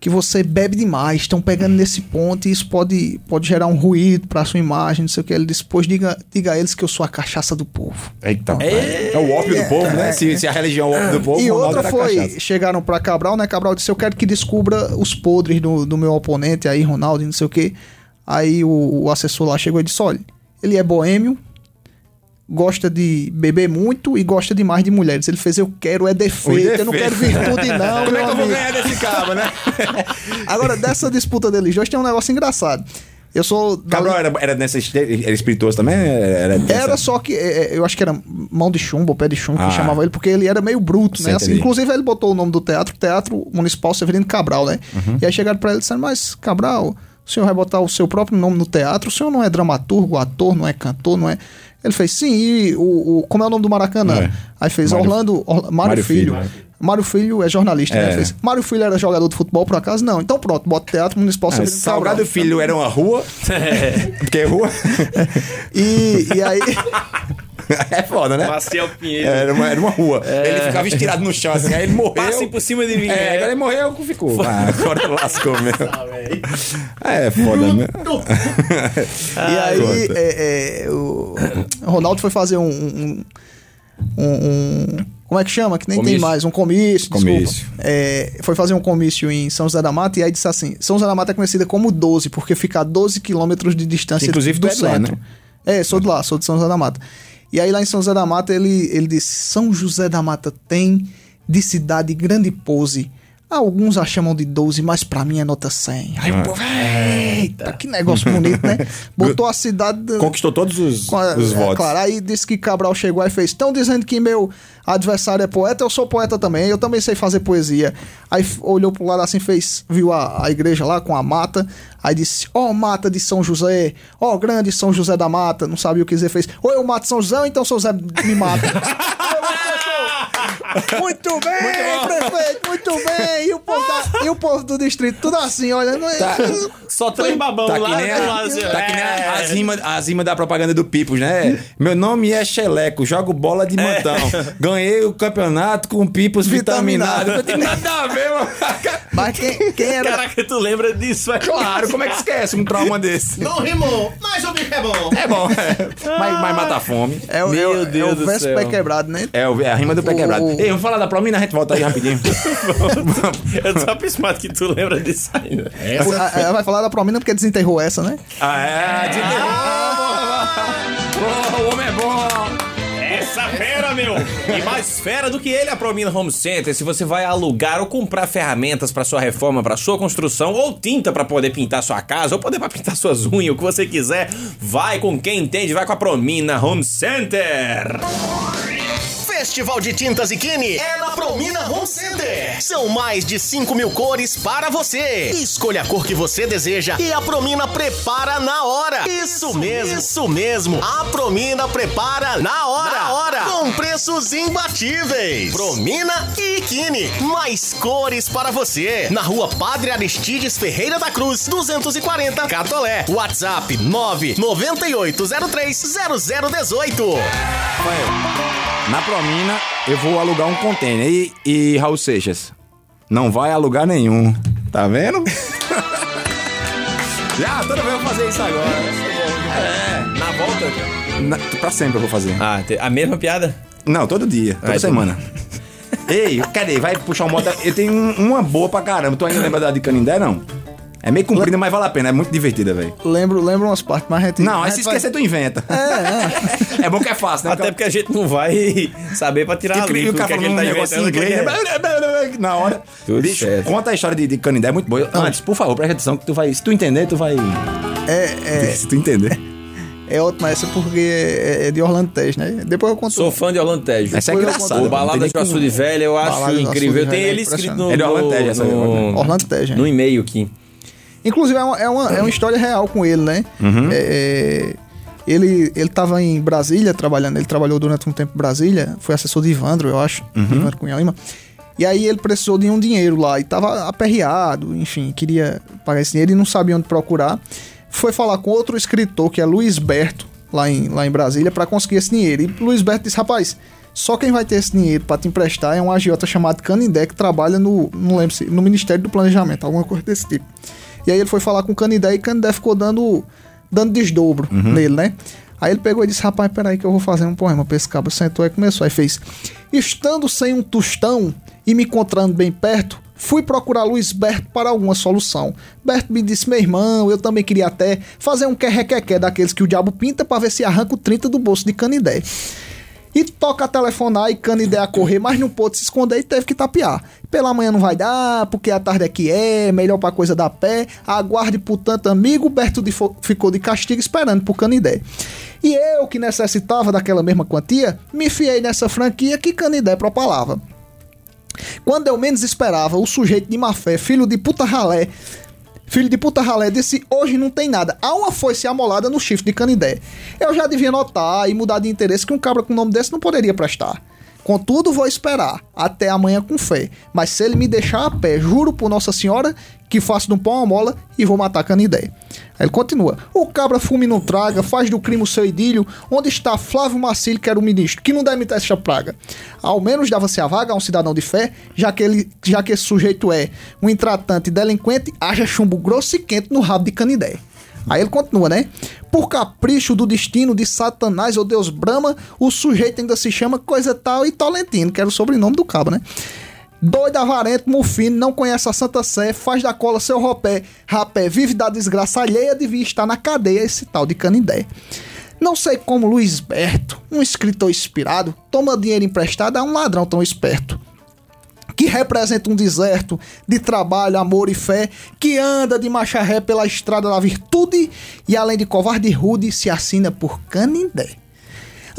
Speaker 9: Que você bebe demais, estão pegando
Speaker 4: Uhum.
Speaker 9: nesse ponto e isso pode, pode gerar um ruído pra sua imagem, não sei o que. Ele disse: Pois diga, diga a eles que eu sou a cachaça do povo.
Speaker 4: Eita. É, o ópio do povo, né? Se, se a religião é o ópio do povo,
Speaker 9: E
Speaker 4: o Ronaldo
Speaker 9: outra
Speaker 4: era
Speaker 9: foi,
Speaker 4: cachaça.
Speaker 9: chegaram pra Cabral, né? Cabral disse: Eu quero que descubra os podres do, do meu oponente aí, Ronaldo, e não sei o quê. Aí o, o assessor lá chegou e disse: Olha, ele é boêmio, gosta de beber muito e gosta demais de mulheres. Ele fez: Eu quero é defeito, eu não quero virtude,
Speaker 4: <laughs>
Speaker 9: não.
Speaker 4: Como é que eu
Speaker 9: meu
Speaker 4: vou
Speaker 9: amigo."
Speaker 4: ganhar desse cabo, né?
Speaker 9: Agora, dessa disputa deles dois, tem um negócio engraçado. Eu sou. da-
Speaker 4: Cabral era, era nessa. este- Era espirituoso também? Era,
Speaker 9: Era
Speaker 4: dessa-
Speaker 9: só que é, é, eu acho que era mão de chumbo, ou pé de chumbo
Speaker 4: Ah.
Speaker 9: que chamava ele, porque ele era meio bruto,
Speaker 4: Sim,
Speaker 9: né? Assim,
Speaker 4: entendi.
Speaker 9: inclusive ele botou o nome do teatro, Teatro Municipal Severino Cabral, né?
Speaker 4: Uhum.
Speaker 9: E aí chegaram pra ele e disseram, mas Cabral, o senhor vai botar o seu próprio nome no teatro, o senhor não é dramaturgo, ator, não é cantor, não é. Ele fez, sim, e o, o- como é o nome do Maracanã?
Speaker 4: É.
Speaker 9: Aí fez
Speaker 4: Mário-
Speaker 9: Orlando, Orla- Mário,
Speaker 4: Mário
Speaker 9: Filho.
Speaker 4: Filho. né?
Speaker 9: Mário Filho é jornalista, né?
Speaker 4: É.
Speaker 9: Fez, Mário Filho era jogador de futebol, por acaso? Não. Então pronto, bota Teatro Municipal
Speaker 4: Ah,
Speaker 9: Severino Cabral.
Speaker 4: Salgado Filho era uma rua. Porque é rua.
Speaker 9: E, e aí...
Speaker 4: <laughs> é foda, né?
Speaker 3: Marcel Pinheiro.
Speaker 4: Era uma, era uma rua. Ele ficava estirado no chão, assim, aí ele morreu.
Speaker 3: Passem por cima de mim.
Speaker 4: É, agora ele morreu, ficou. Ah, agora lascou mesmo. É, foda, né?
Speaker 9: E aí,
Speaker 4: conta.
Speaker 9: é, é, o o <coughs> Ronaldo foi fazer um. um, um- um- como é que chama? Que nem
Speaker 4: Comício.
Speaker 9: tem mais. Um comício,
Speaker 4: Comício.
Speaker 9: desculpa. É, foi fazer um comício em São José da Mata e aí disse assim: São José da Mata é conhecida como 12, porque fica a 12 quilômetros de distância
Speaker 4: Inclusive,
Speaker 9: do
Speaker 4: tu é de lá,
Speaker 9: centro.
Speaker 4: né?
Speaker 9: É, sou de lá, sou de São José da Mata. E aí lá em São José da Mata ele, ele disse: São José da Mata tem de cidade grande pose. Alguns a chamam de 12, mas pra mim é nota 100. Aí o povo, eita, que negócio bonito, né? Botou a cidade.
Speaker 4: Conquistou todos os,
Speaker 9: com a-
Speaker 4: os
Speaker 9: é,
Speaker 4: votos.
Speaker 9: Claro, aí disse que Cabral chegou e fez: Estão dizendo que meu adversário é poeta, eu sou poeta também, eu também sei fazer poesia. Aí f- olhou pro lado assim, fez, viu a, a igreja lá com a mata, aí disse: Ó, mata de São José, ó, grande São José da Mata, não sabia o que dizer, fez: Ou eu mato São José, ou então São José me mata.
Speaker 3: <laughs>
Speaker 9: Muito bem, prefeito, muito bem. E o, povo da- e o povo do distrito, tudo assim, olha. não é-
Speaker 3: Tá. Só três babão
Speaker 4: Tá que
Speaker 3: lá.
Speaker 4: nem,
Speaker 3: lá, assim,
Speaker 4: a, tá que nem a-
Speaker 3: é.
Speaker 4: as rimas as rimas da propaganda do Pipos, né? Meu nome é Xeleco, jogo bola
Speaker 3: É.
Speaker 4: de mantão. Ganhei o campeonato com Pipos vitaminado.
Speaker 9: Vitaminado.
Speaker 4: Não tem nada a ver,
Speaker 9: <laughs>
Speaker 4: mano.
Speaker 9: Mas quem, quem era
Speaker 3: Caraca, tu lembra disso, velho?
Speaker 4: Claro, como é que esquece um trauma desse?
Speaker 5: Não rimou, mas o bicho é bom.
Speaker 4: É bom, é. Mas, mas mata a fome.
Speaker 9: É o,
Speaker 3: Meu
Speaker 9: é, o-
Speaker 3: Deus
Speaker 9: é o
Speaker 3: do
Speaker 9: verso
Speaker 3: céu.
Speaker 9: pé quebrado, né?
Speaker 4: É, o- é a rima do pé
Speaker 9: O-
Speaker 4: quebrado.
Speaker 9: o-
Speaker 4: Ei, vamos falar da
Speaker 3: né?
Speaker 4: promina, a gente volta aí rapidinho.
Speaker 3: Eu tô abismado que tu lembra disso né? ainda.
Speaker 9: O- a- Ela vai falar da promina porque desenterrou essa, né?
Speaker 4: ah, é, de terror. Boa, o homem é bom.
Speaker 6: Essa fera, meu!
Speaker 3: E mais fera do que ele, a Promina Home Center. Se você vai alugar ou comprar ferramentas para sua reforma, para sua construção, ou tinta para poder pintar sua casa, ou poder <laughs> para pintar suas unhas, o que você quiser, vai com quem entende, vai com a Promina Home Center.
Speaker 2: Festival de Tintas e Kine é na Promina Home Center. São mais de 5 mil cores para você. Escolha a cor que você deseja e a Promina prepara na hora. Isso mesmo, isso mesmo. A Promina prepara na hora. Na hora. Com preços imbatíveis. Promina e Kine. Mais cores para você. Na rua Padre Aristides Ferreira da Cruz, 240 Catolé. WhatsApp 998030018.
Speaker 4: Na promina, eu vou alugar um container. E, e Raul Seixas? Não vai alugar nenhum. Tá vendo? Já, toda vez eu vou fazer isso agora.
Speaker 3: Na volta.
Speaker 4: Na, pra sempre eu vou fazer.
Speaker 3: Ah, te- a mesma piada?
Speaker 4: Não, todo dia, toda
Speaker 3: Ai,
Speaker 4: semana. <laughs> Ei, cadê? Vai puxar um moto. Eu tenho um- uma boa pra caramba. Tu ainda lembra da de Canindé, não? É meio comprida, mas vale a pena. É muito divertida, velho.
Speaker 9: Lembro, lembro umas partes, mas a gente.
Speaker 4: Não,
Speaker 9: a
Speaker 4: aí se
Speaker 9: gente vai-
Speaker 4: esquecer, tu inventa. <laughs> É, bom que é fácil, né?
Speaker 3: Até porque a gente não vai <laughs> saber pra tirar a
Speaker 4: Porque
Speaker 3: limpo
Speaker 4: o
Speaker 3: o
Speaker 4: cara
Speaker 3: que, é que
Speaker 4: falando
Speaker 3: ele tá
Speaker 4: um negócio em
Speaker 3: inventando.
Speaker 4: inglês,
Speaker 3: porque-
Speaker 4: né? na hora.
Speaker 3: Tudo
Speaker 4: Bicho,
Speaker 3: certo.
Speaker 4: conta a história de, de Canindé, é muito boa. Antes, por favor, presta atenção que tu vai... <laughs> Se tu entender, tu vai...
Speaker 9: É, é,
Speaker 4: Se tu entender.
Speaker 9: É ótima essa porque é, é de Orlando Tejo, né? Depois eu conto.
Speaker 3: Sou fã de Orlando Tejo.
Speaker 4: Essa é
Speaker 9: Depois eu
Speaker 4: engraçada.
Speaker 9: conto.
Speaker 3: O Balada de Açude Velha eu acho
Speaker 9: Balada de Açude
Speaker 3: incrível. Tem
Speaker 9: Velha é
Speaker 3: ele escrito no,
Speaker 9: impressionante.
Speaker 4: É de Orlando Tejo, essa
Speaker 3: no,
Speaker 4: lembrança.
Speaker 9: Orlando Tejo, né?
Speaker 3: no e-mail aqui.
Speaker 9: Inclusive, é uma, é, uma, é uma história real com ele, né? É, é, ele, ele tava em Brasília trabalhando, ele trabalhou durante um tempo em Brasília, foi assessor de Ivandro, eu acho, Ivandro Cunha Lima. E aí ele precisou de um dinheiro lá e tava aperreado, enfim, queria pagar esse dinheiro e não sabia onde procurar. Foi falar com outro escritor, que é Luiz Berto, lá em, lá em Brasília, para conseguir esse dinheiro. E Luiz Berto disse, rapaz... Só quem vai ter esse dinheiro para te emprestar é um agiota chamado Canindé que trabalha no, não lembro se, no Ministério do Planejamento, alguma coisa desse tipo. E aí ele foi falar com o Canidé e o Canidé ficou dando, dando desdobro nele, né? Aí ele pegou e disse: Rapaz, peraí que eu vou fazer um poema pra esse cabo. Sentou e começou. Aí fez: Estando sem um tostão e me encontrando bem perto, fui procurar Luiz Berto para alguma solução. Berto me disse: Meu irmão, eu também queria até fazer um querrequequé daqueles que o diabo pinta pra ver se arranca o 30 do bolso de Canidé. E toca telefonar e Canidé a correr, mas não pôde se esconder e teve que tapear. Pela manhã não vai dar, porque a tarde é que é, melhor pra coisa dar pé. Aguarde, portanto, amigo, Berto de Fo- ficou de castigo esperando por Canidé. E eu, que necessitava daquela mesma quantia, me fiei nessa franquia que Canidé propalava. Quando eu menos esperava, o sujeito de má fé, filho de puta ralé, filho de puta ralé, disse: hoje não tem nada. Há uma foice amolada no chifre de Canidé. Eu já devia notar e mudar de interesse que um cabra com nome desse não poderia prestar. Contudo, vou esperar até amanhã com fé. Mas se ele me deixar a pé, juro por Nossa Senhora que faço de um pão uma mola e vou matar Canidé. Aí ele continua. O cabra fume e não traga, faz do crime o seu idílio. Onde está Flávio Marcílio, que era o ministro, que não deve imitar essa praga? Ao menos dava-se a vaga a um cidadão de fé, já que, ele, já que esse sujeito é um intratante e delinquente, haja chumbo grosso e quente no rabo de Canidé. Aí ele continua, né? Por capricho do destino de Satanás ou Deus Brahma, o sujeito ainda se chama coisa tal e Tolentino, que era o sobrenome do cabo, né? Doido, avarento, mufino, não conhece a Santa Sé, faz da cola seu ropé, rapé, vive da desgraça alheia, devia estar na cadeia esse tal de Canindé. Não sei como Luiz Berto, um escritor inspirado, toma dinheiro emprestado a um ladrão tão esperto que representa um deserto de trabalho, amor e fé, que anda de marcha ré pela estrada da virtude e além de covarde e rude se assina por Canindé.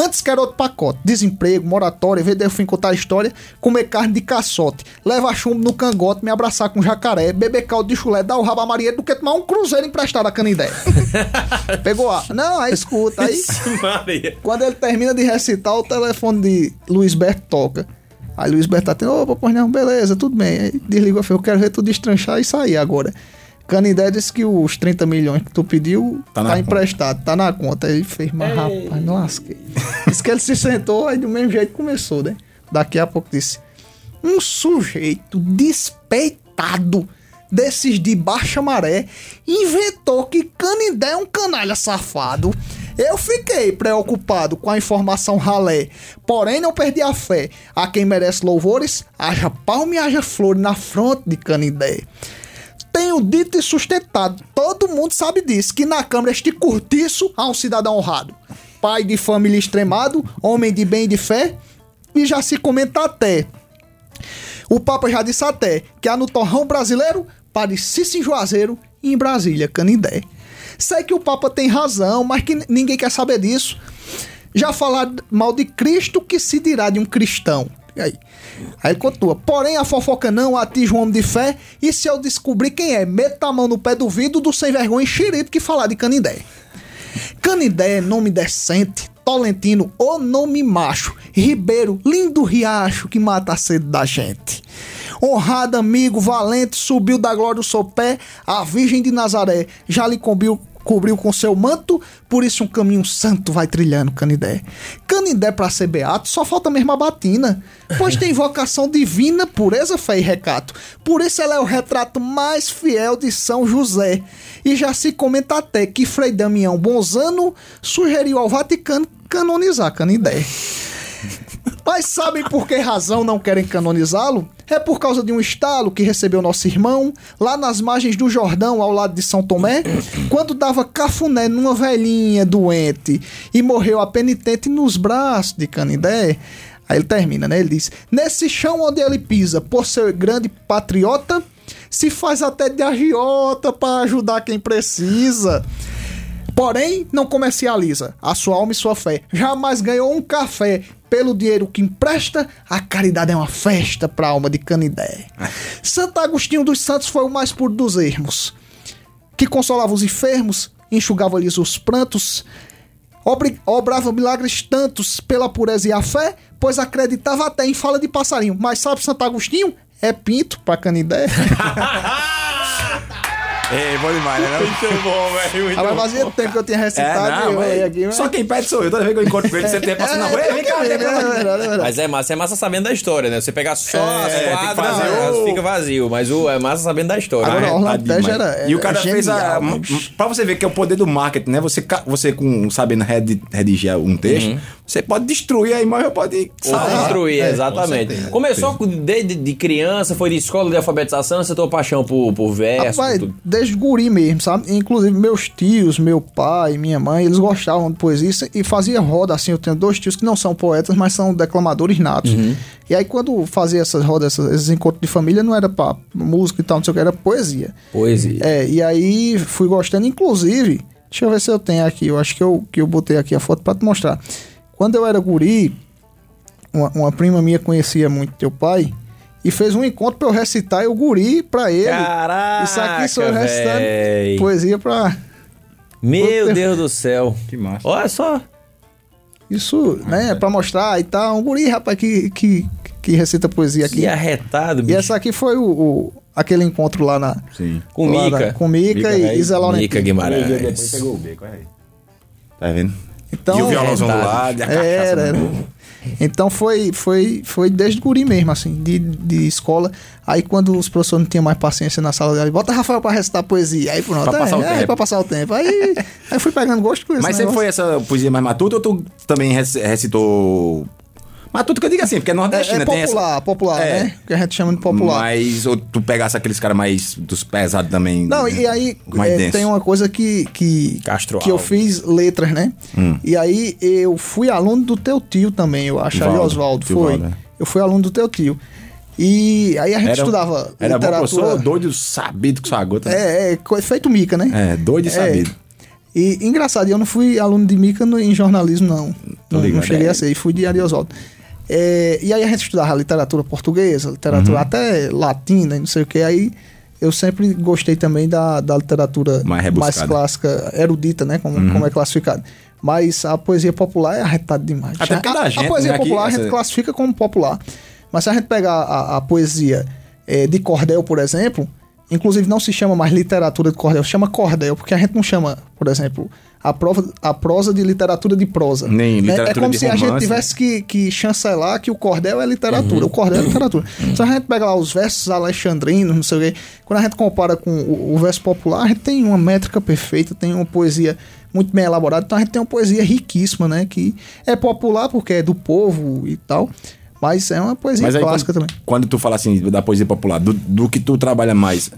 Speaker 9: Antes que era outro pacote, desemprego, moratória, ver Delfim contar a história, comer carne de caçote, levar chumbo no cangote, me abraçar com jacaré, beber caldo de chulé, dar o rabo a marinheiro do que tomar um cruzeiro emprestado a Canindé. Pegou a... Não, aí escuta, aí...
Speaker 3: Maria.
Speaker 9: Quando ele termina de recitar, o telefone de Luiz Berto toca. Aí Luiz Berto atende, opa, pois não, beleza, tudo bem. Aí desliga, eu quero ver tu destranchar e sair agora. Canidé disse que os 30 milhões que tu pediu
Speaker 4: Tá
Speaker 9: tá,
Speaker 4: na conta.
Speaker 9: emprestado, tá na conta. Aí ele fez, mas rapaz, não lasquei. Diz que ele se sentou, aí do mesmo jeito começou, né? Daqui a pouco disse, um sujeito despeitado desses de baixa maré inventou que Canindé é um canalha safado. Eu fiquei preocupado com a informação ralé, porém não perdi a fé. A quem merece louvores, haja palma e haja flor na fronte de Canindé. Tenho dito e sustentado, todo mundo sabe disso, que na Câmara este curtiço há um cidadão honrado. Pai de família extremado, homem de bem e de fé, e já se comenta até o Papa já disse até que há no torrão brasileiro, parecia em Juazeiro e em Brasília, Canindé. Sei que o Papa tem razão, mas que n- ninguém quer saber disso. Já falar mal de Cristo, que se dirá de um cristão? E aí? Aí ele continua. Porém, a fofoca não atinge o homem de fé, e se eu descobrir quem é, meta a mão no pé do vidro do sem vergonha enxerido que falar de Canindé. Canindé é nome decente, Tolentino, o nome macho, Ribeiro, lindo riacho que mata a sede da gente. Honrado amigo, valente, subiu da glória o sopé, a Virgem de Nazaré já lhe cobriu, cobriu com seu manto, por isso um caminho santo vai trilhando Canindé. Canindé pra ser beato só falta mesmo a batina, pois tem vocação divina, pureza, fé e recato. Por isso ela é o retrato mais fiel de São José. E já se comenta até que Frei Damião Bonzano sugeriu ao Vaticano canonizar Canindé. Mas sabem por que razão não querem canonizá-lo? É por causa de um estalo que recebeu nosso irmão, lá nas margens do Jordão, ao lado de São Tomé, quando dava cafuné numa velhinha doente e morreu a penitente nos braços de Canindé. Aí ele termina, né? Ele diz: Nesse chão onde ele pisa, por ser grande patriota, se faz até de agiota para ajudar quem precisa. Porém, não comercializa a sua alma e sua fé. Jamais ganhou um café pelo dinheiro que empresta. A caridade é uma festa para a alma de Canidé. Santo Agostinho dos Santos foi o mais puro dos ermos, que consolava os enfermos, enxugava-lhes os prantos, obri- obrava milagres tantos pela pureza e a fé, pois acreditava até em fala de passarinho. Mas sabe Santo Agostinho? É pinto
Speaker 4: <laughs>
Speaker 9: para Canidé.
Speaker 4: É, bom demais, né? não?
Speaker 6: Muito bom, velho. muito
Speaker 9: Agora
Speaker 6: bom.
Speaker 9: Ah, fazia tempo que eu tinha
Speaker 4: É,
Speaker 9: recitado.
Speaker 4: não,
Speaker 9: e eu
Speaker 4: mas-
Speaker 9: errei aqui, mas-
Speaker 4: Só quem pede sou eu. Toda vez que eu encontro com ele, você tem passando na rua, "Ei, vem cá,
Speaker 9: É,
Speaker 4: vem
Speaker 9: é
Speaker 4: cá.
Speaker 9: verdade, é verdade.
Speaker 3: Mas é massa, é massa sabendo da história, né? Você pegar só
Speaker 4: tem que
Speaker 3: as quadras,
Speaker 4: fazer
Speaker 3: né?
Speaker 4: o-
Speaker 3: fica vazio, mas o, é massa sabendo da história.
Speaker 9: Agora,
Speaker 3: né?
Speaker 9: a Orlando
Speaker 4: Tá demais.
Speaker 9: Teja era.
Speaker 4: E o
Speaker 9: era
Speaker 4: cara fez a.
Speaker 9: genial, né?
Speaker 4: Pra você ver que é o poder do marketing, né? Você, ca- você com, sabendo redi- redigir um texto,
Speaker 9: Uhum.
Speaker 4: você pode destruir a imagem, pode
Speaker 3: Ou
Speaker 4: salvar.
Speaker 3: construir,
Speaker 5: é, com
Speaker 3: exatamente.
Speaker 5: certeza.
Speaker 3: Começou com- desde de criança, foi de escola de alfabetização, você tua paixão por, por verso, por
Speaker 9: Rapaz,
Speaker 3: tudo.
Speaker 9: desde guri mesmo, sabe? Inclusive, meus tios, meu pai, minha mãe, eles gostavam de poesia e fazia roda assim. Eu tenho dois tios que não são poetas, mas são declamadores natos. E aí, quando fazia essas rodas, essas- esses encontros de família, não era pra música e tal, não sei o que, era poesia.
Speaker 3: Poesia.
Speaker 9: É, e aí fui gostando, inclusive, deixa eu ver se eu tenho aqui, eu acho que eu, que eu botei aqui a foto pra te mostrar. Quando eu era guri, uma, uma prima minha conhecia muito teu pai e fez um encontro pra eu recitar e eu guri pra ele.
Speaker 3: Caraca,
Speaker 9: Isso aqui sou eu recitando
Speaker 3: véi.
Speaker 9: poesia pra...
Speaker 3: Meu
Speaker 9: Puta.
Speaker 3: Deus do céu.
Speaker 4: Que massa.
Speaker 3: Olha só.
Speaker 9: Isso, né, pra mostrar e tal. Um guri, rapaz, que, que, que recita poesia aqui.
Speaker 3: Que arretado,
Speaker 9: E
Speaker 3: bicho.
Speaker 9: essa aqui foi o, o- aquele encontro lá na...
Speaker 4: Sim.
Speaker 3: Com
Speaker 9: lá
Speaker 3: Mica. É,
Speaker 9: na- com Mica, e, e Zé Laurentino.
Speaker 3: Mica Guimarães.
Speaker 4: Tá vendo?
Speaker 9: Então,
Speaker 4: e o violãozão do
Speaker 3: verdade.
Speaker 4: lado, e a cachaça. né?
Speaker 9: Era, era. Então foi, foi, foi desde guri mesmo, assim, de, de escola. Aí quando os professores não tinham mais paciência na sala de aula, bota Rafael pra recitar poesia. Aí pronto,
Speaker 4: Pra
Speaker 9: é,
Speaker 4: passar o
Speaker 9: é,
Speaker 4: tempo.
Speaker 9: pra passar o tempo. Aí, aí fui pegando gosto com isso.
Speaker 4: Mas sempre foi essa poesia mais matuta ou tu também rec- recitou. Matuta que eu digo assim, porque é nordestina,
Speaker 9: É, é
Speaker 4: tem essa.
Speaker 9: popular, popular,
Speaker 4: É.
Speaker 9: né? Que a gente chama de popular.
Speaker 4: Mas ou tu pegasse aqueles caras mais dos pesados também.
Speaker 9: Não,
Speaker 4: né?
Speaker 9: e aí
Speaker 4: Mais
Speaker 9: é,
Speaker 4: denso.
Speaker 9: tem uma coisa que que,
Speaker 3: Castro
Speaker 9: que eu
Speaker 3: Alves.
Speaker 9: fiz letras, né?
Speaker 4: Hum.
Speaker 9: E aí eu fui aluno do teu tio também, eu acho, ali
Speaker 4: Valdo,
Speaker 9: Oswaldo,
Speaker 4: tio
Speaker 9: foi.
Speaker 4: Valdo, é.
Speaker 9: Eu fui aluno do teu tio. E aí a gente
Speaker 4: Era- um-
Speaker 9: estudava
Speaker 4: Era bom
Speaker 9: literatura.
Speaker 4: professor, doido, sabido com sua gota.
Speaker 9: é, é, co- feito mica, né?
Speaker 4: né? É, doido e sabido.
Speaker 9: E engraçado, eu não fui aluno de Mica no- em jornalismo, não. Não,
Speaker 4: ligado,
Speaker 9: não cheguei
Speaker 4: é.
Speaker 9: a ser, e fui de Ariosvaldo. É, e aí a gente estudava literatura portuguesa, literatura
Speaker 4: Uhum.
Speaker 9: até latina e não sei o que. Aí eu sempre gostei também da, da literatura
Speaker 4: Mais rebuscada. Uhum.
Speaker 9: clássica, erudita, né? Como, como é classificado. Mas a poesia popular é arretada demais.
Speaker 4: Até porque
Speaker 9: a,
Speaker 4: da
Speaker 9: a
Speaker 4: gente,
Speaker 9: poesia
Speaker 4: né, aqui,
Speaker 9: popular a gente
Speaker 4: essa-
Speaker 9: classifica como popular. Mas se a gente pegar a, a poesia eh, de cordel, por exemplo, inclusive não se chama mais literatura de cordel, chama cordel, porque a gente não chama, por exemplo, a, prova, a prosa de literatura de prosa.
Speaker 4: Nem
Speaker 9: Né?
Speaker 4: literatura
Speaker 9: É como
Speaker 4: de
Speaker 9: se a gente
Speaker 4: romance,
Speaker 9: tivesse que, que chancelar que o cordel é
Speaker 4: Uhum.
Speaker 9: literatura, o cordel é literatura. Se a gente pega lá os versos alexandrinos, não sei o quê, quando a gente compara com o, o verso popular, a gente tem uma métrica perfeita, tem uma poesia muito bem elaborada, então a gente tem uma poesia riquíssima, né? Que é popular porque é do povo e tal, mas é uma poesia
Speaker 4: Mas aí
Speaker 9: clássica
Speaker 4: quando,
Speaker 9: também.
Speaker 4: quando tu fala assim da poesia popular, do, do que tu trabalha mais,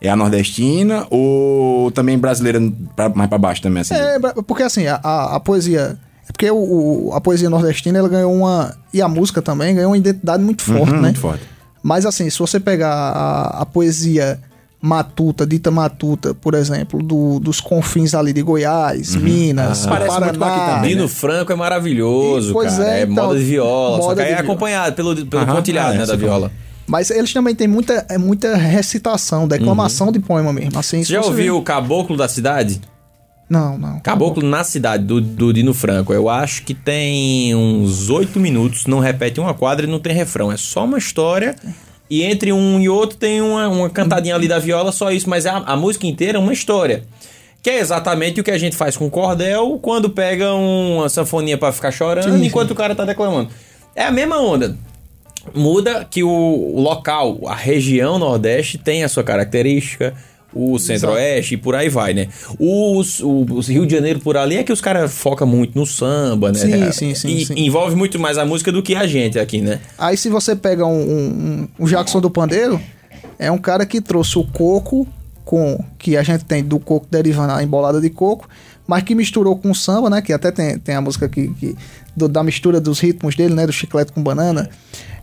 Speaker 4: é a nordestina ou também brasileira pra- mais pra baixo também, assim?
Speaker 9: É, bra- porque assim, a, a, a poesia. É porque o, o- a poesia nordestina ela ganhou uma. E a música também ganhou uma identidade muito forte, né?
Speaker 4: Uhum, muito forte.
Speaker 9: Mas assim, se você pegar a, a poesia matuta, dita matuta, por exemplo, do- dos confins ali de Goiás, Minas, do
Speaker 4: Uhum. Ah, Parece muito com aqui
Speaker 9: Paraná.
Speaker 4: também,
Speaker 3: Dino Franco é maravilhoso,
Speaker 9: E- pois
Speaker 3: cara.
Speaker 9: é,
Speaker 3: É,
Speaker 9: então,
Speaker 3: moda de viola. só
Speaker 9: moda
Speaker 3: que aí
Speaker 9: de
Speaker 3: é
Speaker 9: viola.
Speaker 3: acompanhado pelo, pelo
Speaker 4: Aham,
Speaker 3: pontilhado,
Speaker 4: é,
Speaker 3: né, da
Speaker 4: sim.
Speaker 3: viola.
Speaker 9: Mas eles também têm muita, é muita recitação,
Speaker 4: Uhum.
Speaker 9: declamação de poema mesmo. Assim,
Speaker 3: Você já
Speaker 9: se
Speaker 3: ouviu o Caboclo da Cidade?
Speaker 9: Não, não.
Speaker 3: Caboclo na Cidade, do, do Dino Franco. Eu acho que tem uns oito minutos, não repete uma quadra e não tem refrão. É só uma história. E entre um e outro tem uma, uma cantadinha ali da viola, só isso. Mas a, a música inteira é uma história. Que é exatamente o que a gente faz com o cordel quando pega uma sanfoninha pra ficar chorando enquanto o cara tá declamando. É a mesma onda. Muda que o, o local, a região Nordeste tem a sua característica, o Centro-Oeste e por aí vai, né? Os, o- os Rio de Janeiro por ali é que os caras focam muito no samba, né?
Speaker 9: Sim, sim, sim,
Speaker 3: E
Speaker 9: sim.
Speaker 3: envolve muito mais a música do que a gente aqui, né?
Speaker 9: Aí se você pega um, um- um- o Jackson do Pandeiro, é um cara que trouxe o coco com que a gente tem do coco derivando a embolada de coco, mas que misturou com samba, né? Que até tem, tem a música que, que- do- da mistura dos ritmos dele, né? Do chiclete com banana.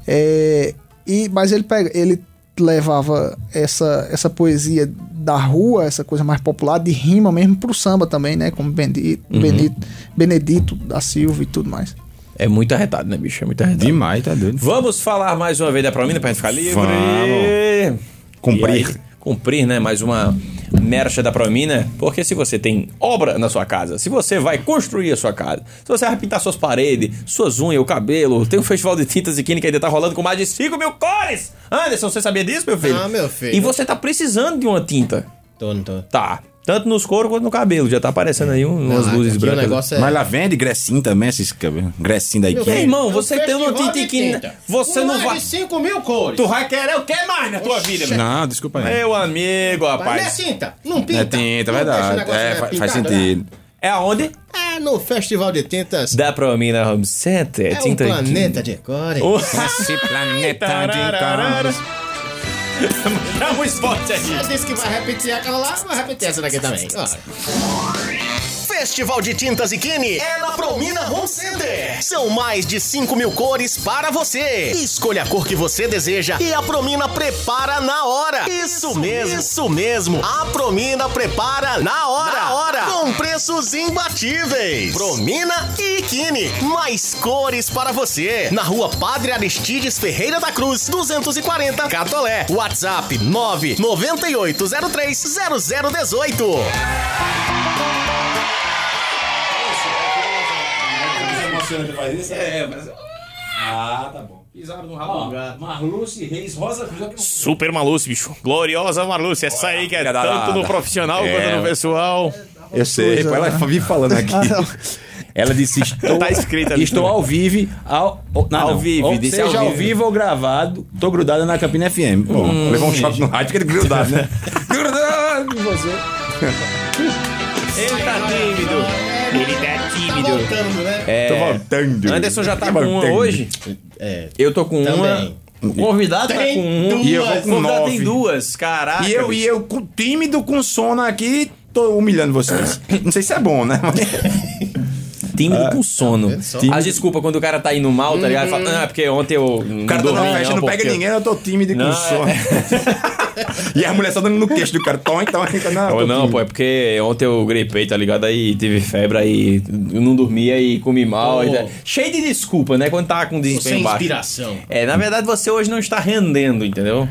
Speaker 9: É, e mas ele pega, ele levava essa essa poesia da rua, essa coisa mais popular, de rima mesmo pro samba também, né? Como Benedito, Benedito, Benedito da Silva e tudo mais.
Speaker 3: É muito arretado, né, bicho? É muito arretado.
Speaker 4: Demais, tá doido.
Speaker 3: Vamos falar mais uma vez da Promina pra gente ficar livre.
Speaker 4: Vamos.
Speaker 3: E
Speaker 4: Cumprir.
Speaker 3: aí, Cumprir, né? Mais uma mercha da Promina. Porque se você tem obra na sua casa, se você vai construir a sua casa, se você vai pintar suas paredes, suas unhas, o cabelo, tem um festival de tintas e química que ainda tá rolando com mais de 5 mil cores! Anderson, você sabia disso, meu filho?
Speaker 5: Ah, meu filho.
Speaker 3: E você tá precisando de uma tinta.
Speaker 5: Tô, não tô.
Speaker 3: Tá. Tanto nos coros quanto no cabelo. Já tá aparecendo aí um- umas
Speaker 5: Ah,
Speaker 3: luzes
Speaker 5: aqui
Speaker 3: brancas.
Speaker 5: O negócio é...
Speaker 4: Mas lá vende Grecinho também, esses cabelos. Grecinho é. da
Speaker 3: Meu
Speaker 4: Ikea.
Speaker 3: irmão, você tem uma tinta e química. Você não vai.
Speaker 5: 5 mil cores.
Speaker 3: Tu vai querer o que mais na tua é vida, meu?
Speaker 4: Não, desculpa aí.
Speaker 3: Meu amigo,
Speaker 5: Mas não é
Speaker 3: rapaz.
Speaker 5: cinta, não
Speaker 4: É
Speaker 5: pinta.
Speaker 4: tinta,
Speaker 5: Não deixa o
Speaker 4: verdade.
Speaker 5: negócio,
Speaker 4: É,
Speaker 5: né,
Speaker 4: fa- faz
Speaker 5: pintado, né?
Speaker 4: sentido.
Speaker 3: É aonde?
Speaker 5: É no Festival de Tintas.
Speaker 3: Da Promina Home Center.
Speaker 5: é um
Speaker 3: tinta e
Speaker 5: planeta de cores.
Speaker 3: Oh.
Speaker 4: Esse planeta
Speaker 3: Tarararara. Dá um esporte aí.
Speaker 5: Você disse que vai repetir aquela lá, vai repetir essa daqui também. Ó.
Speaker 2: Festival de Tintas e Kine é na Promina Home Center. São mais de 5 mil cores para você. Escolha a cor que você deseja e a Promina prepara na hora. Isso, mesmo, isso mesmo. A Promina prepara na hora. Na hora. Com preços imbatíveis. Promina e Kine. Mais cores para você. Na rua Padre Aristides Ferreira da Cruz, 240, Catolé. WhatsApp 99803 0018.
Speaker 4: Marluce Reis Rosa Cruz.
Speaker 3: Super Malúcio, bicho. Gloriosa Malúcio. Essa aí que é
Speaker 4: filha da-
Speaker 3: tanto no profissional
Speaker 4: É.
Speaker 3: quanto no pessoal.
Speaker 4: Eu sei,
Speaker 9: Coisa,
Speaker 4: ela vive falando aqui. <laughs> Ela disse: Estou,
Speaker 3: Tá escrito ali.
Speaker 4: estou ao vivo, ao, ao, não,
Speaker 3: Ao
Speaker 4: não.
Speaker 3: vivo,
Speaker 4: Ou
Speaker 3: disse
Speaker 4: seja
Speaker 3: ao
Speaker 4: ao
Speaker 3: vivo.
Speaker 4: vivo ou gravado, tô grudada na Campina FM. Bom, levou um choque no rádio que ele grudado, né? grudado em você.
Speaker 3: Ele tá tímido. Ele tá tímido.
Speaker 5: Voltando, né?
Speaker 3: É.
Speaker 4: Tô voltando.
Speaker 3: Anderson já tá
Speaker 4: Tô
Speaker 3: com uma
Speaker 4: voltando.
Speaker 3: hoje.
Speaker 5: É.
Speaker 3: Eu tô com
Speaker 5: Também.
Speaker 3: uma. O convidado tá
Speaker 5: Tem
Speaker 3: com uma.
Speaker 5: duas.
Speaker 4: E eu vou com
Speaker 3: O convidado
Speaker 4: nove.
Speaker 3: tem duas. Caraca.
Speaker 4: E eu, e
Speaker 3: bicho.
Speaker 4: eu com- tímido, com sono aqui, tô humilhando <coughs> vocês. Não sei se é bom, né?
Speaker 3: Tímido com sono.
Speaker 5: só?
Speaker 3: A desculpa quando o cara tá indo mal, tá ligado? Fala, ah, porque ontem eu.
Speaker 4: O cara tá
Speaker 3: dormi,
Speaker 4: na festa, não pega
Speaker 3: porque-
Speaker 4: ninguém, eu tô tímido e com
Speaker 3: Não, é.
Speaker 4: <laughs> sono. e a mulher só dando no queixo do cartão, então fica na.
Speaker 3: Ou não, pô, é porque ontem eu gripei, tá ligado? Aí tive febre, aí eu não dormia e comi mal.
Speaker 5: Pô.
Speaker 3: e tá- Cheio de desculpa, né? Quando tá com desempenho
Speaker 5: Sem
Speaker 3: baixo.
Speaker 5: inspiração.
Speaker 3: É, na verdade você hoje não está rendendo, entendeu?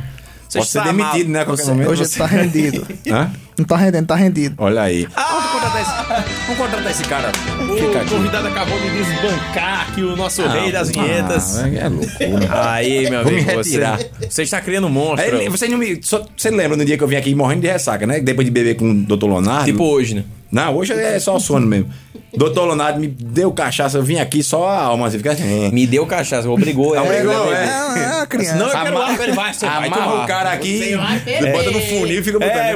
Speaker 3: Você
Speaker 4: Pode ser
Speaker 3: está
Speaker 4: demitido,
Speaker 3: mal.
Speaker 4: né? a Qualquer momento.
Speaker 9: Hoje
Speaker 4: você-
Speaker 9: tá rendido.
Speaker 4: Hã?
Speaker 9: Não tá rendendo, tá rendido.
Speaker 4: Olha aí. vamos, contratar esse... Ah, vamos contratar esse cara. Fica
Speaker 3: O
Speaker 4: aqui.
Speaker 3: convidado acabou de desbancar aqui o nosso rei das vinhetas.
Speaker 4: Ah, é loucura.
Speaker 3: Aí, meu
Speaker 4: Vou me
Speaker 3: amigo, você,
Speaker 4: retirar.
Speaker 3: você está criando um monstro.
Speaker 4: Aí, É, você não me. só- você lembra no dia que eu vim aqui morrendo de ressaca, né? Depois de beber com o doutor Leonardo.
Speaker 3: Tipo hoje, né?
Speaker 4: Não, hoje é só sono mesmo. Doutor Leonardo me deu cachaça, eu vim aqui só a alma. Você fica. É,
Speaker 3: Me deu cachaça, obrigou. ele,
Speaker 4: Obrigou,
Speaker 3: ele a beber.
Speaker 4: é.
Speaker 9: É, é uma criança.
Speaker 3: Não, eu quero
Speaker 4: Amarra-
Speaker 3: água, ele vai, você vai
Speaker 4: Amarra
Speaker 3: tomar.
Speaker 4: o cara aqui,
Speaker 5: vai beber.
Speaker 4: bota no funil e fica botando.
Speaker 3: É,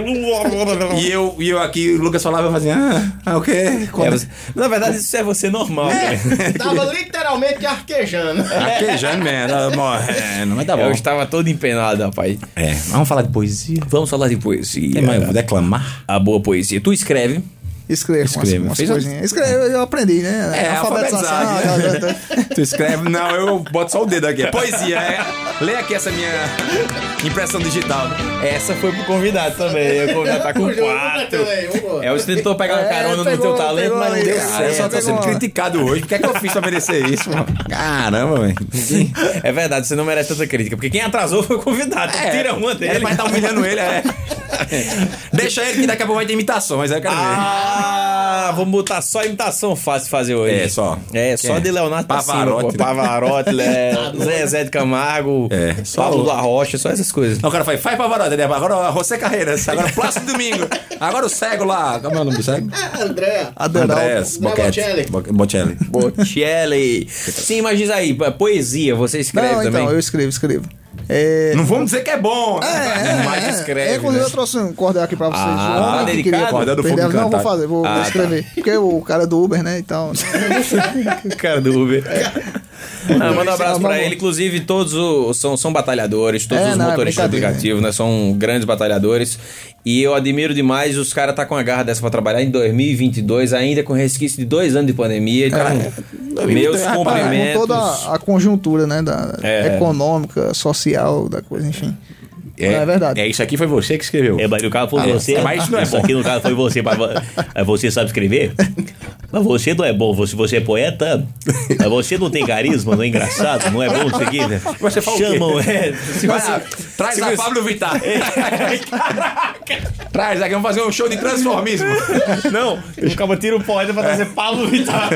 Speaker 4: E eu, e eu aqui, o Lucas falava, eu fazia, ah, ah, o quê?
Speaker 3: É,
Speaker 4: Quando...
Speaker 3: você- Na verdade, isso é você normal. né?
Speaker 9: É.
Speaker 5: Tava literalmente arquejando.
Speaker 4: Ah, queijando mesmo, tava morrendo, mas tá bom.
Speaker 3: Eu estava todo empenado, rapaz.
Speaker 4: É, mas vamos falar de poesia.
Speaker 3: Vamos falar de poesia.
Speaker 4: Tem mais, eu vou declamar.
Speaker 3: A boa poesia. Tu escreve.
Speaker 9: Escreva umas-
Speaker 4: Escreva.
Speaker 9: umas
Speaker 4: Fez
Speaker 9: coisinhas. Escreva, eu aprendi, né?
Speaker 4: É, alfabetizado.
Speaker 3: né?
Speaker 4: Tu escreve, não, eu boto só o dedo aqui. É poesia, é. Lê aqui essa minha impressão digital.
Speaker 3: Essa foi pro convidado também. O convidado tá com quatro. É, você tentou pegar uma
Speaker 9: É,
Speaker 3: carona no
Speaker 9: pegou,
Speaker 3: teu talento,
Speaker 9: pegou
Speaker 3: mas não
Speaker 9: ali.
Speaker 3: deu
Speaker 9: Ah,
Speaker 4: Cara, eu
Speaker 3: certo.
Speaker 4: só
Speaker 3: assim.
Speaker 4: tô é, tá sendo criticado hoje. O que é que eu fiz pra merecer isso, mano? Caramba, velho.
Speaker 3: É verdade, você não merece tanta crítica. Porque quem atrasou foi o convidado.
Speaker 4: É,
Speaker 3: Tira uma
Speaker 4: Ele
Speaker 3: dele.
Speaker 4: vai estar humilhando ele, é. <laughs> Deixa ele que daqui a pouco vai ter imitações, aí eu quero ver.
Speaker 3: <laughs> Ah, vamos botar só imitação fácil de fazer hoje.
Speaker 4: É, só.
Speaker 3: É, só
Speaker 4: É.
Speaker 3: de Leonardo pra cima,
Speaker 4: Pavarotti,
Speaker 3: pô.
Speaker 4: né?
Speaker 3: Pavarotti, né? Zezé de Camargo,
Speaker 4: É, só
Speaker 3: Pablo
Speaker 4: o-
Speaker 3: da Rocha, só essas
Speaker 4: <laughs>
Speaker 3: coisas.
Speaker 4: Aí o cara faz, faz Pavarotti, né? agora José Carreiras, agora Plácido Domingo, agora o cego lá, como é o nome do cego?
Speaker 5: André.
Speaker 3: <laughs>
Speaker 9: Adorava.
Speaker 4: Andrés
Speaker 5: Não é
Speaker 4: Bocelli.
Speaker 5: Bocelli.
Speaker 4: Bo- Bocelli.
Speaker 3: Bocelli. Sim, mas diz aí, poesia, você escreve
Speaker 9: Não,
Speaker 3: também?
Speaker 9: então, eu escrevo, escrevo. É,
Speaker 4: Não vamos dizer que é bom.
Speaker 9: É,
Speaker 3: Mas
Speaker 9: é,
Speaker 3: escreve,
Speaker 9: é, inclusive
Speaker 3: né?
Speaker 9: eu trouxe um cordel aqui pra vocês.
Speaker 3: Ah,
Speaker 9: João, né,
Speaker 3: dedicado?
Speaker 4: Cordel do
Speaker 9: perder-
Speaker 4: Fogo
Speaker 9: Não, vou
Speaker 4: Encantado.
Speaker 9: fazer, vou, vou
Speaker 3: Ah, tá.
Speaker 9: escrever. Porque o cara é do Uber,
Speaker 3: <laughs>
Speaker 9: né, então...
Speaker 3: Cara do Uber.
Speaker 4: é,
Speaker 3: Ah, manda um abraço
Speaker 9: Vamos.
Speaker 3: pra ele. Inclusive, todos os, são, são batalhadores, todos
Speaker 9: É,
Speaker 3: os
Speaker 9: não, é
Speaker 3: motoristas de
Speaker 9: brincadeira.
Speaker 3: aplicativo, né? São grandes batalhadores. E eu admiro demais os caras tá com a garra dessa pra trabalhar em 2022, ainda com resquício de dois anos de pandemia. Então,
Speaker 9: É,
Speaker 3: meus
Speaker 4: rapaz,
Speaker 9: Com
Speaker 3: cumprimentos.
Speaker 9: toda a conjuntura, né, da
Speaker 3: É.
Speaker 9: econômica, social, da coisa, enfim. É, é verdade.
Speaker 3: É, isso aqui foi você que escreveu.
Speaker 6: É, mas no caso foi
Speaker 3: Ah,
Speaker 6: você.
Speaker 3: é, mas isso não é bom.
Speaker 6: aqui no caso foi você. Mas vo- aí você sabe escrever? Mas você não é bom. Você, você é poeta. Mas você não tem carisma, não é engraçado. Não é bom isso aqui, né?
Speaker 3: Você fala o quê?
Speaker 6: Chamam, é. Se
Speaker 4: Vai
Speaker 6: você-
Speaker 4: lá, traz
Speaker 6: se
Speaker 4: a
Speaker 6: você-
Speaker 3: <laughs>
Speaker 4: Pablo Vittar.
Speaker 3: é,
Speaker 4: Traz aqui, vamos fazer um show de <laughs> transformismo. É.
Speaker 6: Não, o cara tira o poeta pra trazer Pablo Vittar.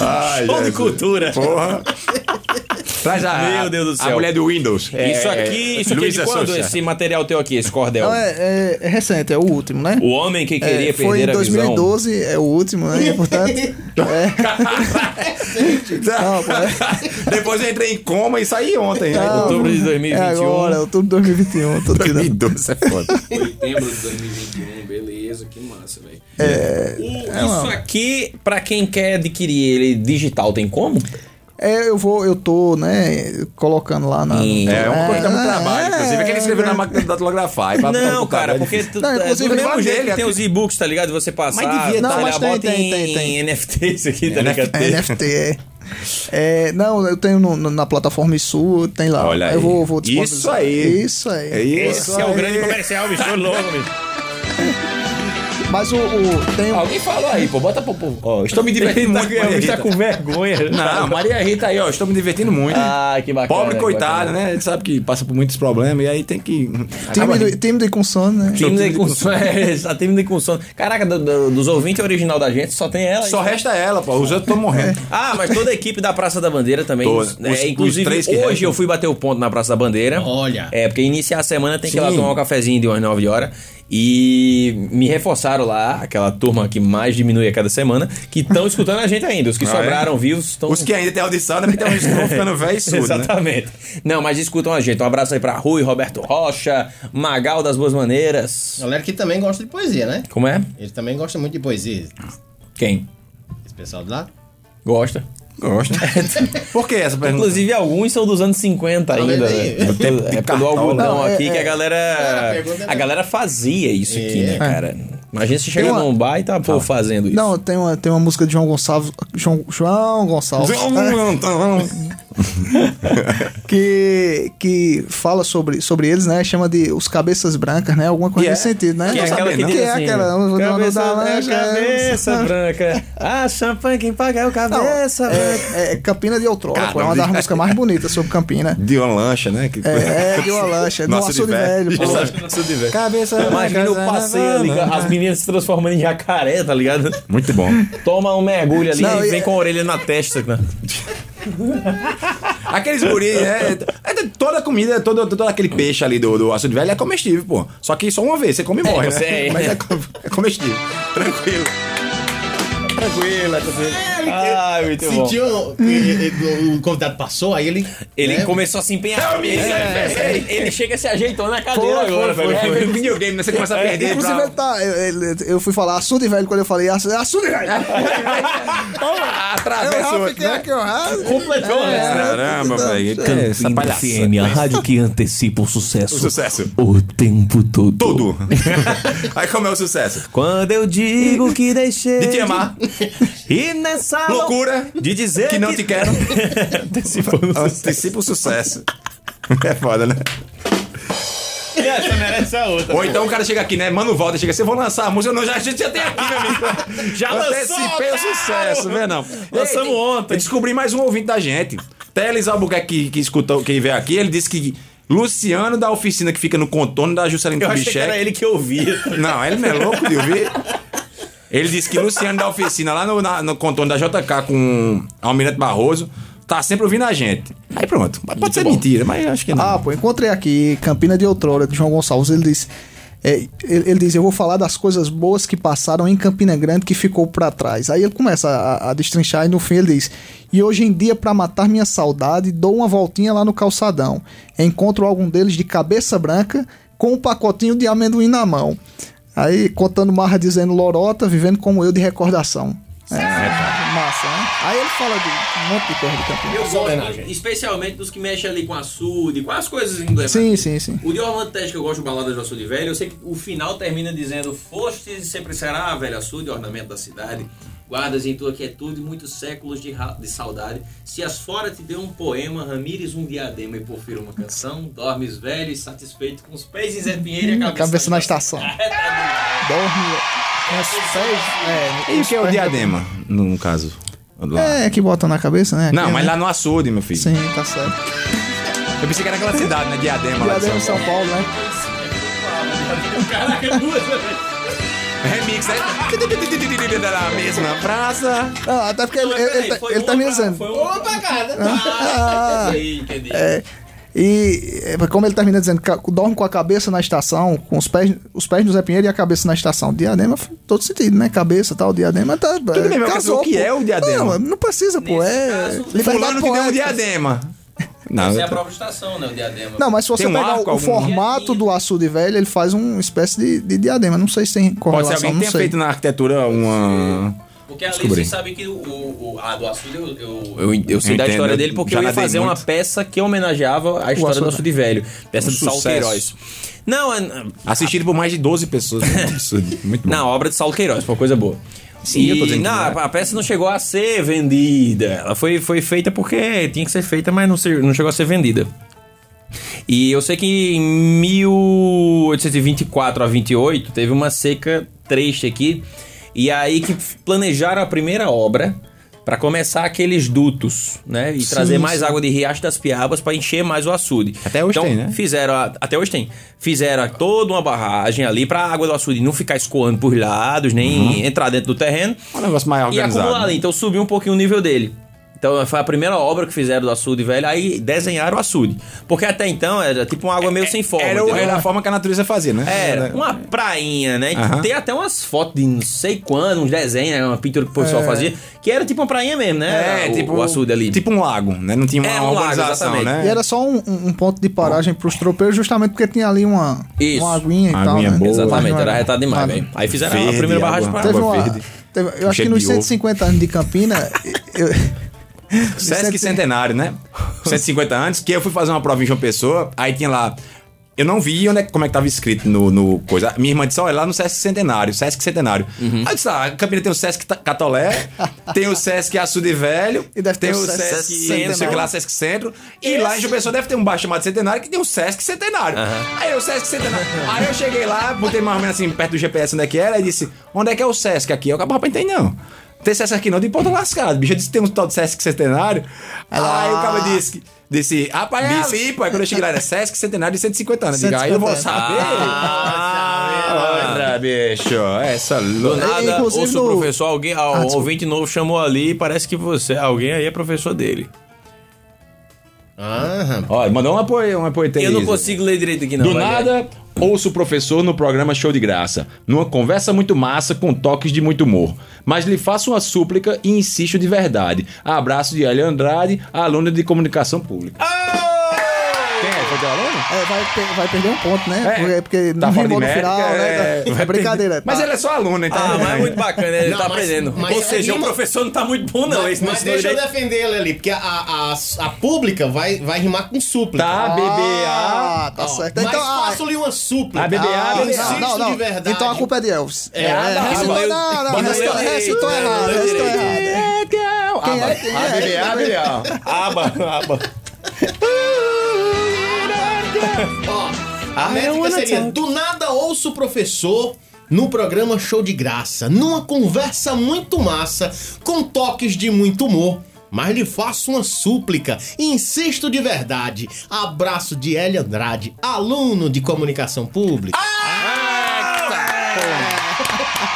Speaker 4: Ai,
Speaker 6: Show de
Speaker 4: Jesus.
Speaker 6: cultura.
Speaker 4: Porra. Traz a,
Speaker 3: Meu Deus do
Speaker 4: a
Speaker 3: céu.
Speaker 4: mulher do Windows.
Speaker 3: Isso
Speaker 4: É,
Speaker 3: aqui, isso aqui é
Speaker 4: Luísa
Speaker 3: de quando
Speaker 4: Sonza.
Speaker 3: esse material teu aqui, esse cordel?
Speaker 9: Então é, é- é recente, é o último, né?
Speaker 3: O homem que queria
Speaker 9: É, foi
Speaker 3: perder
Speaker 9: em
Speaker 3: a visão.
Speaker 9: 2012, é o
Speaker 3: <laughs>
Speaker 9: último, né? E, Portanto. é. Não, pô, é.
Speaker 4: <laughs> Depois eu entrei em coma e saí ontem. né?
Speaker 9: Não,
Speaker 3: outubro de 2021.
Speaker 9: É agora, outubro de 2021. Tô tirando.
Speaker 4: 2012 é foda.
Speaker 7: Setembro de 2021, beleza, que massa, velho.
Speaker 9: É,
Speaker 3: Isso aqui, pra quem quer adquirir ele digital, tem como?
Speaker 9: É, eu vou, eu tô, né, colocando lá na. <laughs>
Speaker 3: Sim.
Speaker 4: É, uma coisa que dá muito
Speaker 9: É,
Speaker 4: trabalho, inclusive. É que ele escreveu na máquina de datilografar. aí pra- pra
Speaker 3: Não,
Speaker 4: botar,
Speaker 3: cara,
Speaker 4: né?
Speaker 3: porque tu,
Speaker 9: Não,
Speaker 3: é,
Speaker 9: inclusive,
Speaker 3: do mesmo
Speaker 4: vários
Speaker 3: jeito
Speaker 4: dele
Speaker 3: que tem
Speaker 4: aqui.
Speaker 3: os e-books, tá ligado? Você passar,
Speaker 4: Mas devia,
Speaker 3: sei
Speaker 9: não,
Speaker 3: lá,
Speaker 9: mas tem,
Speaker 3: bota
Speaker 9: tem,
Speaker 3: em,
Speaker 9: tem, tem.
Speaker 3: em NFT isso aqui, tá ligado?
Speaker 9: É NFT, é. É, não, eu tenho no- no- na plataforma Sul, tem lá.
Speaker 4: Olha aí.
Speaker 9: eu vou, vou disponibilizar.
Speaker 4: Isso aí.
Speaker 9: Isso aí.
Speaker 4: É isso.
Speaker 6: Esse é o grande comercial, bicho. Tô louco, bicho.
Speaker 9: Mas o, o- tem um
Speaker 7: Alguém falou aí, pô, bota pro povo. Ó, estou me
Speaker 4: Ele
Speaker 7: divertindo
Speaker 4: tá
Speaker 7: muito,
Speaker 4: com-
Speaker 7: Maria
Speaker 4: ele tá
Speaker 7: Rita.
Speaker 4: com
Speaker 6: vergonha.
Speaker 4: <laughs> Não, Maria Rita aí, ó, estou me divertindo muito.
Speaker 3: Ah, que bacana.
Speaker 4: Pobre coitado,
Speaker 3: bacana.
Speaker 4: né? Ele sabe que passa por muitos problemas e aí tem que. Acaba-
Speaker 9: time do, time do Inconsone, né?
Speaker 3: Time
Speaker 4: Time
Speaker 3: de
Speaker 4: de
Speaker 3: Incunção. <laughs> É, só time de Incunção. Caraca, do- do- dos ouvintes original da gente, só tem ela. aí.
Speaker 4: Só resta ela, pô. Os outros estão morrendo.
Speaker 9: É.
Speaker 3: Ah, mas toda a equipe da Praça da Bandeira também.
Speaker 4: Toda.
Speaker 3: né?
Speaker 4: Os- os
Speaker 3: inclusive,
Speaker 4: três que
Speaker 3: hoje
Speaker 4: restam.
Speaker 3: eu fui bater o ponto na Praça da Bandeira.
Speaker 5: Olha.
Speaker 3: É, porque iniciar a semana tem que ir lá
Speaker 4: Sim.
Speaker 3: tomar um cafezinho de umas 9 horas. E me reforçaram lá, aquela turma que mais diminui a cada semana, que estão escutando a gente ainda. Os que
Speaker 4: Ah, é?
Speaker 3: sobraram vivos estão.
Speaker 4: Os que ainda têm audição, né? Porque tem uns que estão ficando velho e surdo, né?
Speaker 3: Exatamente. Não, mas escutam a gente. Um abraço aí pra Rui, Roberto Rocha, Magal das Boas Maneiras.
Speaker 5: Galera que também gosta de poesia, né?
Speaker 3: Como é?
Speaker 5: Eles também gostam muito de poesia.
Speaker 3: Quem?
Speaker 5: Esse pessoal de lá.
Speaker 9: Tá
Speaker 3: Gosta.
Speaker 4: Gosto. Por que essa pergunta?
Speaker 3: Inclusive, alguns são dos anos 50
Speaker 5: Tá
Speaker 3: ainda.
Speaker 5: vendo aí?
Speaker 3: né? É pelo- é pelo
Speaker 4: cartola.
Speaker 3: algodão
Speaker 9: Não, é,
Speaker 3: aqui que a
Speaker 9: é.
Speaker 3: galera.
Speaker 5: Cara, a pergunta é
Speaker 3: A galera fazia isso aqui, né, cara? Imagina se chegar
Speaker 9: Tem uma-
Speaker 3: num bar e tá, pô, fazendo isso.
Speaker 9: Não, tem uma, tem uma música de João Gonçalves. João, João Gonçalves. né? que, que fala sobre, sobre eles, né? Chama de os cabeças brancas, né? Alguma coisa
Speaker 4: Que
Speaker 9: nesse
Speaker 4: é-
Speaker 9: sentido, né?
Speaker 3: Que é
Speaker 4: Não
Speaker 3: aquela
Speaker 4: sabia,
Speaker 3: que
Speaker 4: não.
Speaker 3: diz
Speaker 9: Que é
Speaker 3: assim,
Speaker 9: aquela, o dono da
Speaker 3: cabeça,
Speaker 9: lancha,
Speaker 3: branca, cabeça
Speaker 9: é-
Speaker 3: branca, a champanhe Ah, quem paga é o
Speaker 9: Não,
Speaker 3: cabeça branca.
Speaker 9: é, é Campina de Outrora,
Speaker 4: Cara,
Speaker 9: pô, é uma das músicas mais bonitas sobre Campina.
Speaker 4: De uma lancha, né? Que... <laughs>
Speaker 9: É, é de uma lancha, de um açude velho, pô.
Speaker 4: Açude velho. Cabeça
Speaker 3: Imagina eu passeio ali, né, as meninas se transformando em jacaré, tá ligado?
Speaker 4: né? Muito bom.
Speaker 3: Toma um mergulho ali
Speaker 9: Não,
Speaker 3: e
Speaker 9: e-
Speaker 3: vem com a orelha na testa. né?
Speaker 4: Aqueles guri, né? É, de- toda comida, todo, todo aquele peixe ali do, do açude velho é comestível, pô. Só que só uma vez, você come e morre,
Speaker 3: você
Speaker 4: né?
Speaker 3: é.
Speaker 4: Mas é, com- é comestível.
Speaker 3: <laughs>
Speaker 4: Tranquilo. Tranquilo, é tranquilo.
Speaker 3: Ai, muito bom.
Speaker 5: Sentiu que o, o convidado passou, aí ele.
Speaker 3: Ele
Speaker 5: né?
Speaker 3: começou a se empenhar. Ele, ele- ele chega se ajeitando na cadeira
Speaker 4: Foi,
Speaker 3: agora,
Speaker 4: foi, foi.
Speaker 3: velho.
Speaker 4: É, videogame, né? Você começa a perder.
Speaker 9: Inclusive,
Speaker 4: pra-
Speaker 9: ele tá, eu, ele- eu fui falar açude velho quando eu falei açude, açude velho. Eu
Speaker 4: Atravessa
Speaker 9: já
Speaker 4: o outro,
Speaker 9: fiquei
Speaker 3: é
Speaker 4: né?
Speaker 9: aqui, ó. ah,
Speaker 3: Completou, né?
Speaker 4: Caramba, velho. que
Speaker 3: é.
Speaker 4: Essa palhaça.
Speaker 6: a rádio que antecipa o sucesso.
Speaker 4: Sucesso.
Speaker 6: O tempo todo.
Speaker 4: Tudo. <laughs> Aí como é o sucesso?
Speaker 3: Quando eu digo que deixei.
Speaker 4: De te amar,
Speaker 3: E nessa lou-
Speaker 4: loucura,
Speaker 3: De dizer
Speaker 4: que não
Speaker 3: <laughs>
Speaker 4: te quero,
Speaker 3: Antecipando o sucesso.
Speaker 4: antecipa o sucesso. É foda, né?
Speaker 6: Essa merece a outra.
Speaker 4: Ou então o cara chega aqui, né? Mano, volta, chega assim, eu vou lançar a música. Eu não, já, a gente já tem aqui, meu amigo.
Speaker 3: Já lançou,
Speaker 4: Antecipei o
Speaker 3: otário!
Speaker 4: sucesso, né? Não.
Speaker 3: Lançamos
Speaker 4: Ei,
Speaker 3: ontem.
Speaker 4: Eu descobri mais um ouvinte da gente. Teles Albuquerque, que, que escutou, que veio aqui, ele disse que Luciano da oficina que fica no contorno da Juscelino
Speaker 3: Eu achei que era
Speaker 4: Kubitschek.
Speaker 3: ele que ouvia.
Speaker 4: Não, ele não é louco de ouvir. Ele disse que Luciano da oficina, lá no, na- no contorno da JK com Almirante Barroso, tá sempre ouvindo a gente. Aí pronto. Pode ser mentira, mas acho que não.
Speaker 9: Ah, pô, encontrei aqui Campina de Outrora, de João Gonçalves. Ele disse. é, ele, ele diz: Eu vou falar das coisas boas que passaram em Campina Grande que ficou pra trás. Aí ele começa a, a destrinchar e no fim ele diz: E hoje em dia, pra matar minha saudade, dou uma voltinha lá no calçadão. Encontro algum deles de cabeça branca com um pacotinho de amendoim na mão. Aí contando marra, dizendo lorota, vivendo como eu de recordação. É, massa, né? Aí ele fala de um monte de coisa de Campina.
Speaker 3: Eu gosto, especialmente dos que mexem ali com açude, com as coisas emblemáticas.
Speaker 9: Sim, sim, sim.
Speaker 3: O de Orlando Teste, que eu gosto de balada de açude velho, eu sei que o final termina dizendo Foste e sempre será, velho açude, ornamento da cidade.
Speaker 10: Guardas em tua quietude muitos séculos de, ra- de saudade. Se as fora te deu um poema, Ramires um diadema e Porfiro uma canção, dormes velho e satisfeito com os pés em Zé
Speaker 3: é
Speaker 10: Pinheiro e a
Speaker 9: Hum, a
Speaker 10: cabeça, É, tá
Speaker 9: cabeça na estação.
Speaker 10: <laughs>
Speaker 9: Dorme com os pés. É,
Speaker 4: E
Speaker 9: os
Speaker 4: o que é o
Speaker 9: pés-
Speaker 4: diadema, no, no caso? Lá.
Speaker 9: É, que bota na cabeça, né?
Speaker 4: Não,
Speaker 9: Aqui,
Speaker 4: mas
Speaker 9: né?
Speaker 4: lá no açude, meu filho.
Speaker 9: Sim, tá certo.
Speaker 4: Eu pensei que era aquela cidade, né? Diadema, lá de
Speaker 9: Diadema em
Speaker 4: São
Speaker 9: São
Speaker 4: Paulo.
Speaker 9: Paulo, né?
Speaker 10: Caraca, duas, velho.
Speaker 4: Remix, né? Da mesma praça.
Speaker 9: Ah, até porque ele,
Speaker 10: Mas
Speaker 9: ele,
Speaker 10: peraí,
Speaker 9: ele, tá-
Speaker 10: foi
Speaker 9: ele tá
Speaker 10: uma
Speaker 9: me
Speaker 10: pra-
Speaker 9: dizendo.
Speaker 10: Foi uma pra cada. Ah, entendi, entendi.
Speaker 9: É, e é, como ele termina dizendo, ca- dorme com a cabeça na estação, com os pés, os pés no Zé Pinheiro e a cabeça na estação. Diadema, f- todo sentido, né? Cabeça tal, diadema tá. Tudo
Speaker 4: bem, mas o que é o diadema?
Speaker 9: Não, não precisa, pô.
Speaker 10: Nesse
Speaker 9: É.
Speaker 10: caso,
Speaker 9: liberdade
Speaker 4: Fulano que deu um
Speaker 9: poética.
Speaker 4: diadema. Não,
Speaker 10: Essa é a própria estação, né? O diadema.
Speaker 9: Não, mas se você
Speaker 4: Tem um
Speaker 9: pegar
Speaker 4: arco
Speaker 9: o, o
Speaker 4: algum?
Speaker 9: formato do açude velho, ele faz uma espécie de, de diadema. Não sei se tem
Speaker 4: Pode
Speaker 9: correlação,
Speaker 4: ser alguém que
Speaker 9: não
Speaker 4: tenha
Speaker 9: sei.
Speaker 4: feito na arquitetura uma.
Speaker 10: Porque ali
Speaker 4: Descobri.
Speaker 10: vocês sabem que o, o, o- a do açude eu. eu-
Speaker 3: Eu, eu sei
Speaker 4: Eu
Speaker 3: da
Speaker 4: entendo,
Speaker 3: história
Speaker 4: eu
Speaker 3: dele porque
Speaker 4: já
Speaker 3: eu ia
Speaker 4: nadei
Speaker 3: fazer uma
Speaker 4: muito.
Speaker 3: peça que homenageava a história do
Speaker 9: açude.
Speaker 3: Açude Velho. Peça de Saulo
Speaker 4: Um sucesso.
Speaker 3: Queiroz. Não, é-
Speaker 4: Assistido por mais de 12 pessoas.
Speaker 3: <laughs>
Speaker 4: É um absurdo. Muito bom.
Speaker 3: na obra de Saulo Queiroz, foi uma coisa boa.
Speaker 4: Sim,
Speaker 3: E-
Speaker 4: eu tô dizendo que
Speaker 3: não,
Speaker 4: não é.
Speaker 3: a peça não chegou a ser vendida. Ela foi, foi feita porque tinha que ser feita, mas não, se- não chegou a ser vendida. E eu sei que em 1824 a 28 teve uma seca triste aqui. E aí que planejaram a primeira obra para começar aqueles dutos, né? E trazer mais água de Riacho das Piabas para encher mais o açude.
Speaker 4: Até hoje
Speaker 3: então,
Speaker 4: tem, né?
Speaker 3: Fizeram, a- até hoje tem, fizeram a- toda uma barragem ali para a água do açude não ficar escoando por lados, nem entrar dentro do terreno.
Speaker 4: É um negócio mais
Speaker 3: E acumular
Speaker 4: Uhum. organizado. né?
Speaker 3: ali, então subiu um pouquinho o nível dele. Então foi a primeira obra que fizeram do açude velho, aí desenharam o açude. Porque até então era tipo uma água meio sem forma.
Speaker 4: É, Era, o-
Speaker 3: entendeu?
Speaker 4: era a forma que a natureza fazia, né?
Speaker 3: Era uma prainha, né?
Speaker 4: Aham.
Speaker 3: Tem até umas fotos de não sei quando, uns desenhos, né? uma pintura que o pessoal fazia, que era tipo uma prainha mesmo, né?
Speaker 4: É,
Speaker 3: Era o,
Speaker 4: tipo
Speaker 3: o açude ali.
Speaker 4: Tipo um lago, né? Não tinha uma
Speaker 3: É, um lago,
Speaker 4: organização,
Speaker 3: exatamente.
Speaker 4: né?
Speaker 9: E era só um, um- um ponto de paragem pros tropeiros, justamente porque tinha ali uma,
Speaker 3: Isso.
Speaker 9: uma aguinha e
Speaker 4: Uma
Speaker 9: tal.
Speaker 4: aguinha
Speaker 9: né?
Speaker 4: boa.
Speaker 3: Exatamente,
Speaker 9: Mas não
Speaker 3: era retado demais,
Speaker 9: Ah,
Speaker 3: velho. Aí fizeram a
Speaker 4: Verde,
Speaker 3: primeira barragem
Speaker 4: água-
Speaker 3: pra
Speaker 9: Teve
Speaker 4: água
Speaker 9: uma.
Speaker 4: verde.
Speaker 9: teve- eu acho
Speaker 4: Cheio
Speaker 9: que nos
Speaker 4: de ovo.
Speaker 9: 150 anos de Campina. eu- é,
Speaker 4: Sesc
Speaker 9: Cento-
Speaker 4: Centenário,
Speaker 9: <laughs>
Speaker 4: né? 150 anos, que eu fui fazer uma prova em João Pessoa, aí tinha lá. Eu não vi onde é, como é que tava escrito no, no coisa. Minha irmã disse: olha, lá no Sesc Centenário, Sesc Centenário.
Speaker 3: Uhum.
Speaker 4: Aí eu disse: ah, Campina tem o Sesc Ta-
Speaker 9: <laughs>
Speaker 4: Catolé, tem o Sesc Açude Velho,
Speaker 9: E deve ter
Speaker 4: tem
Speaker 9: o
Speaker 4: o
Speaker 9: Sesc
Speaker 4: Sesc,
Speaker 9: Centenário.
Speaker 4: não sei o que lá, Sesc Centro. E lá em João Pessoa deve ter um bar chamado Centenário que tem o Sesc Centenário. Aí o Sesc Centenário. aí eu cheguei lá, botei mais ou menos assim, perto do GPS onde é que era, e disse: onde é que é o Sesc aqui? Eu acabei, rapaz, tem não. Tem Sesc aqui não, de ponta lascado. Bicho, eu disse, tem um tal de Sesc Centenário. Aí o cara disse, que- disse rapaz, é ali, pô. Aí quando eu cheguei lá, era Sesc Centenário de 150 anos. Eu digo, aí eu vou
Speaker 9: 150
Speaker 4: saber. Ah, ora, bicho. Essa
Speaker 3: Do
Speaker 4: louca.
Speaker 3: nada,
Speaker 9: Inclusive
Speaker 3: ouço o
Speaker 9: no-
Speaker 3: professor, alguém, ah, um
Speaker 9: desculpa.
Speaker 3: ouvinte novo chamou ali e parece que você, alguém aí é professor dele.
Speaker 5: Ah,
Speaker 4: Ó, mandou um apoio, um apoio
Speaker 3: Eu não consigo ler direito aqui, não.
Speaker 4: Do
Speaker 3: vai, velho.
Speaker 4: nada, ouço o professor no programa Show de Graça, numa conversa muito massa com toques de muito humor. Mas lhe faço uma súplica e insisto de verdade. Abraço de Hélio Andrade, aluno de comunicação pública.
Speaker 9: Ah!
Speaker 4: Quem é? Foi teu aluno?
Speaker 9: É, vai, per- vai perder um ponto, né?
Speaker 4: É.
Speaker 9: Porque, porque
Speaker 4: Tá
Speaker 9: não
Speaker 4: fora de
Speaker 9: rimou no
Speaker 4: métrica,
Speaker 9: final,
Speaker 4: é.
Speaker 9: né? É brincadeira.
Speaker 4: Mas
Speaker 9: tá.
Speaker 4: ele é só aluno, então.
Speaker 3: Ah, mas é muito bacana, ele
Speaker 5: Não,
Speaker 3: tá
Speaker 5: mas-
Speaker 3: aprendendo.
Speaker 5: mas
Speaker 3: Ou seja,
Speaker 5: é
Speaker 3: o
Speaker 5: rima-
Speaker 3: professor não tá muito bom, não.
Speaker 5: mas,
Speaker 3: esse não
Speaker 5: mas
Speaker 3: ensinou
Speaker 5: deixa eu
Speaker 3: direito.
Speaker 5: defender ele ali, porque a, a, a, a pública vai, vai rimar com súplica.
Speaker 4: Tá, bebê. Ah,
Speaker 9: Ah, tá certo.
Speaker 5: Mas
Speaker 9: Então, ah,
Speaker 5: faço-lhe uma súplica.
Speaker 4: Ah, bebê, ah,
Speaker 5: Eu
Speaker 4: bebê,
Speaker 5: insisto
Speaker 4: ah.
Speaker 9: não, não,
Speaker 5: de verdade.
Speaker 9: Então a culpa é de Elvis.
Speaker 5: É,
Speaker 4: Tá,
Speaker 5: ah, não,
Speaker 9: recitou,
Speaker 3: mas-
Speaker 9: não, não,
Speaker 3: mas não
Speaker 9: recitou,
Speaker 3: leu direito,
Speaker 9: recitou
Speaker 3: né? Não
Speaker 9: errado,
Speaker 3: leu
Speaker 9: recitou
Speaker 3: direito.
Speaker 9: errado. Quem é? Quem
Speaker 4: Ah, bebê, ah, bebê,
Speaker 9: é?
Speaker 4: ah.
Speaker 3: Aba, aba.
Speaker 5: A métrica seria: do nada ouço o professor no programa Show de Graça, numa conversa muito massa, com toques de muito humor. Mas lhe faço uma súplica, insisto de verdade. Abraço de Hélio Andrade, aluno de comunicação pública.
Speaker 4: Ah!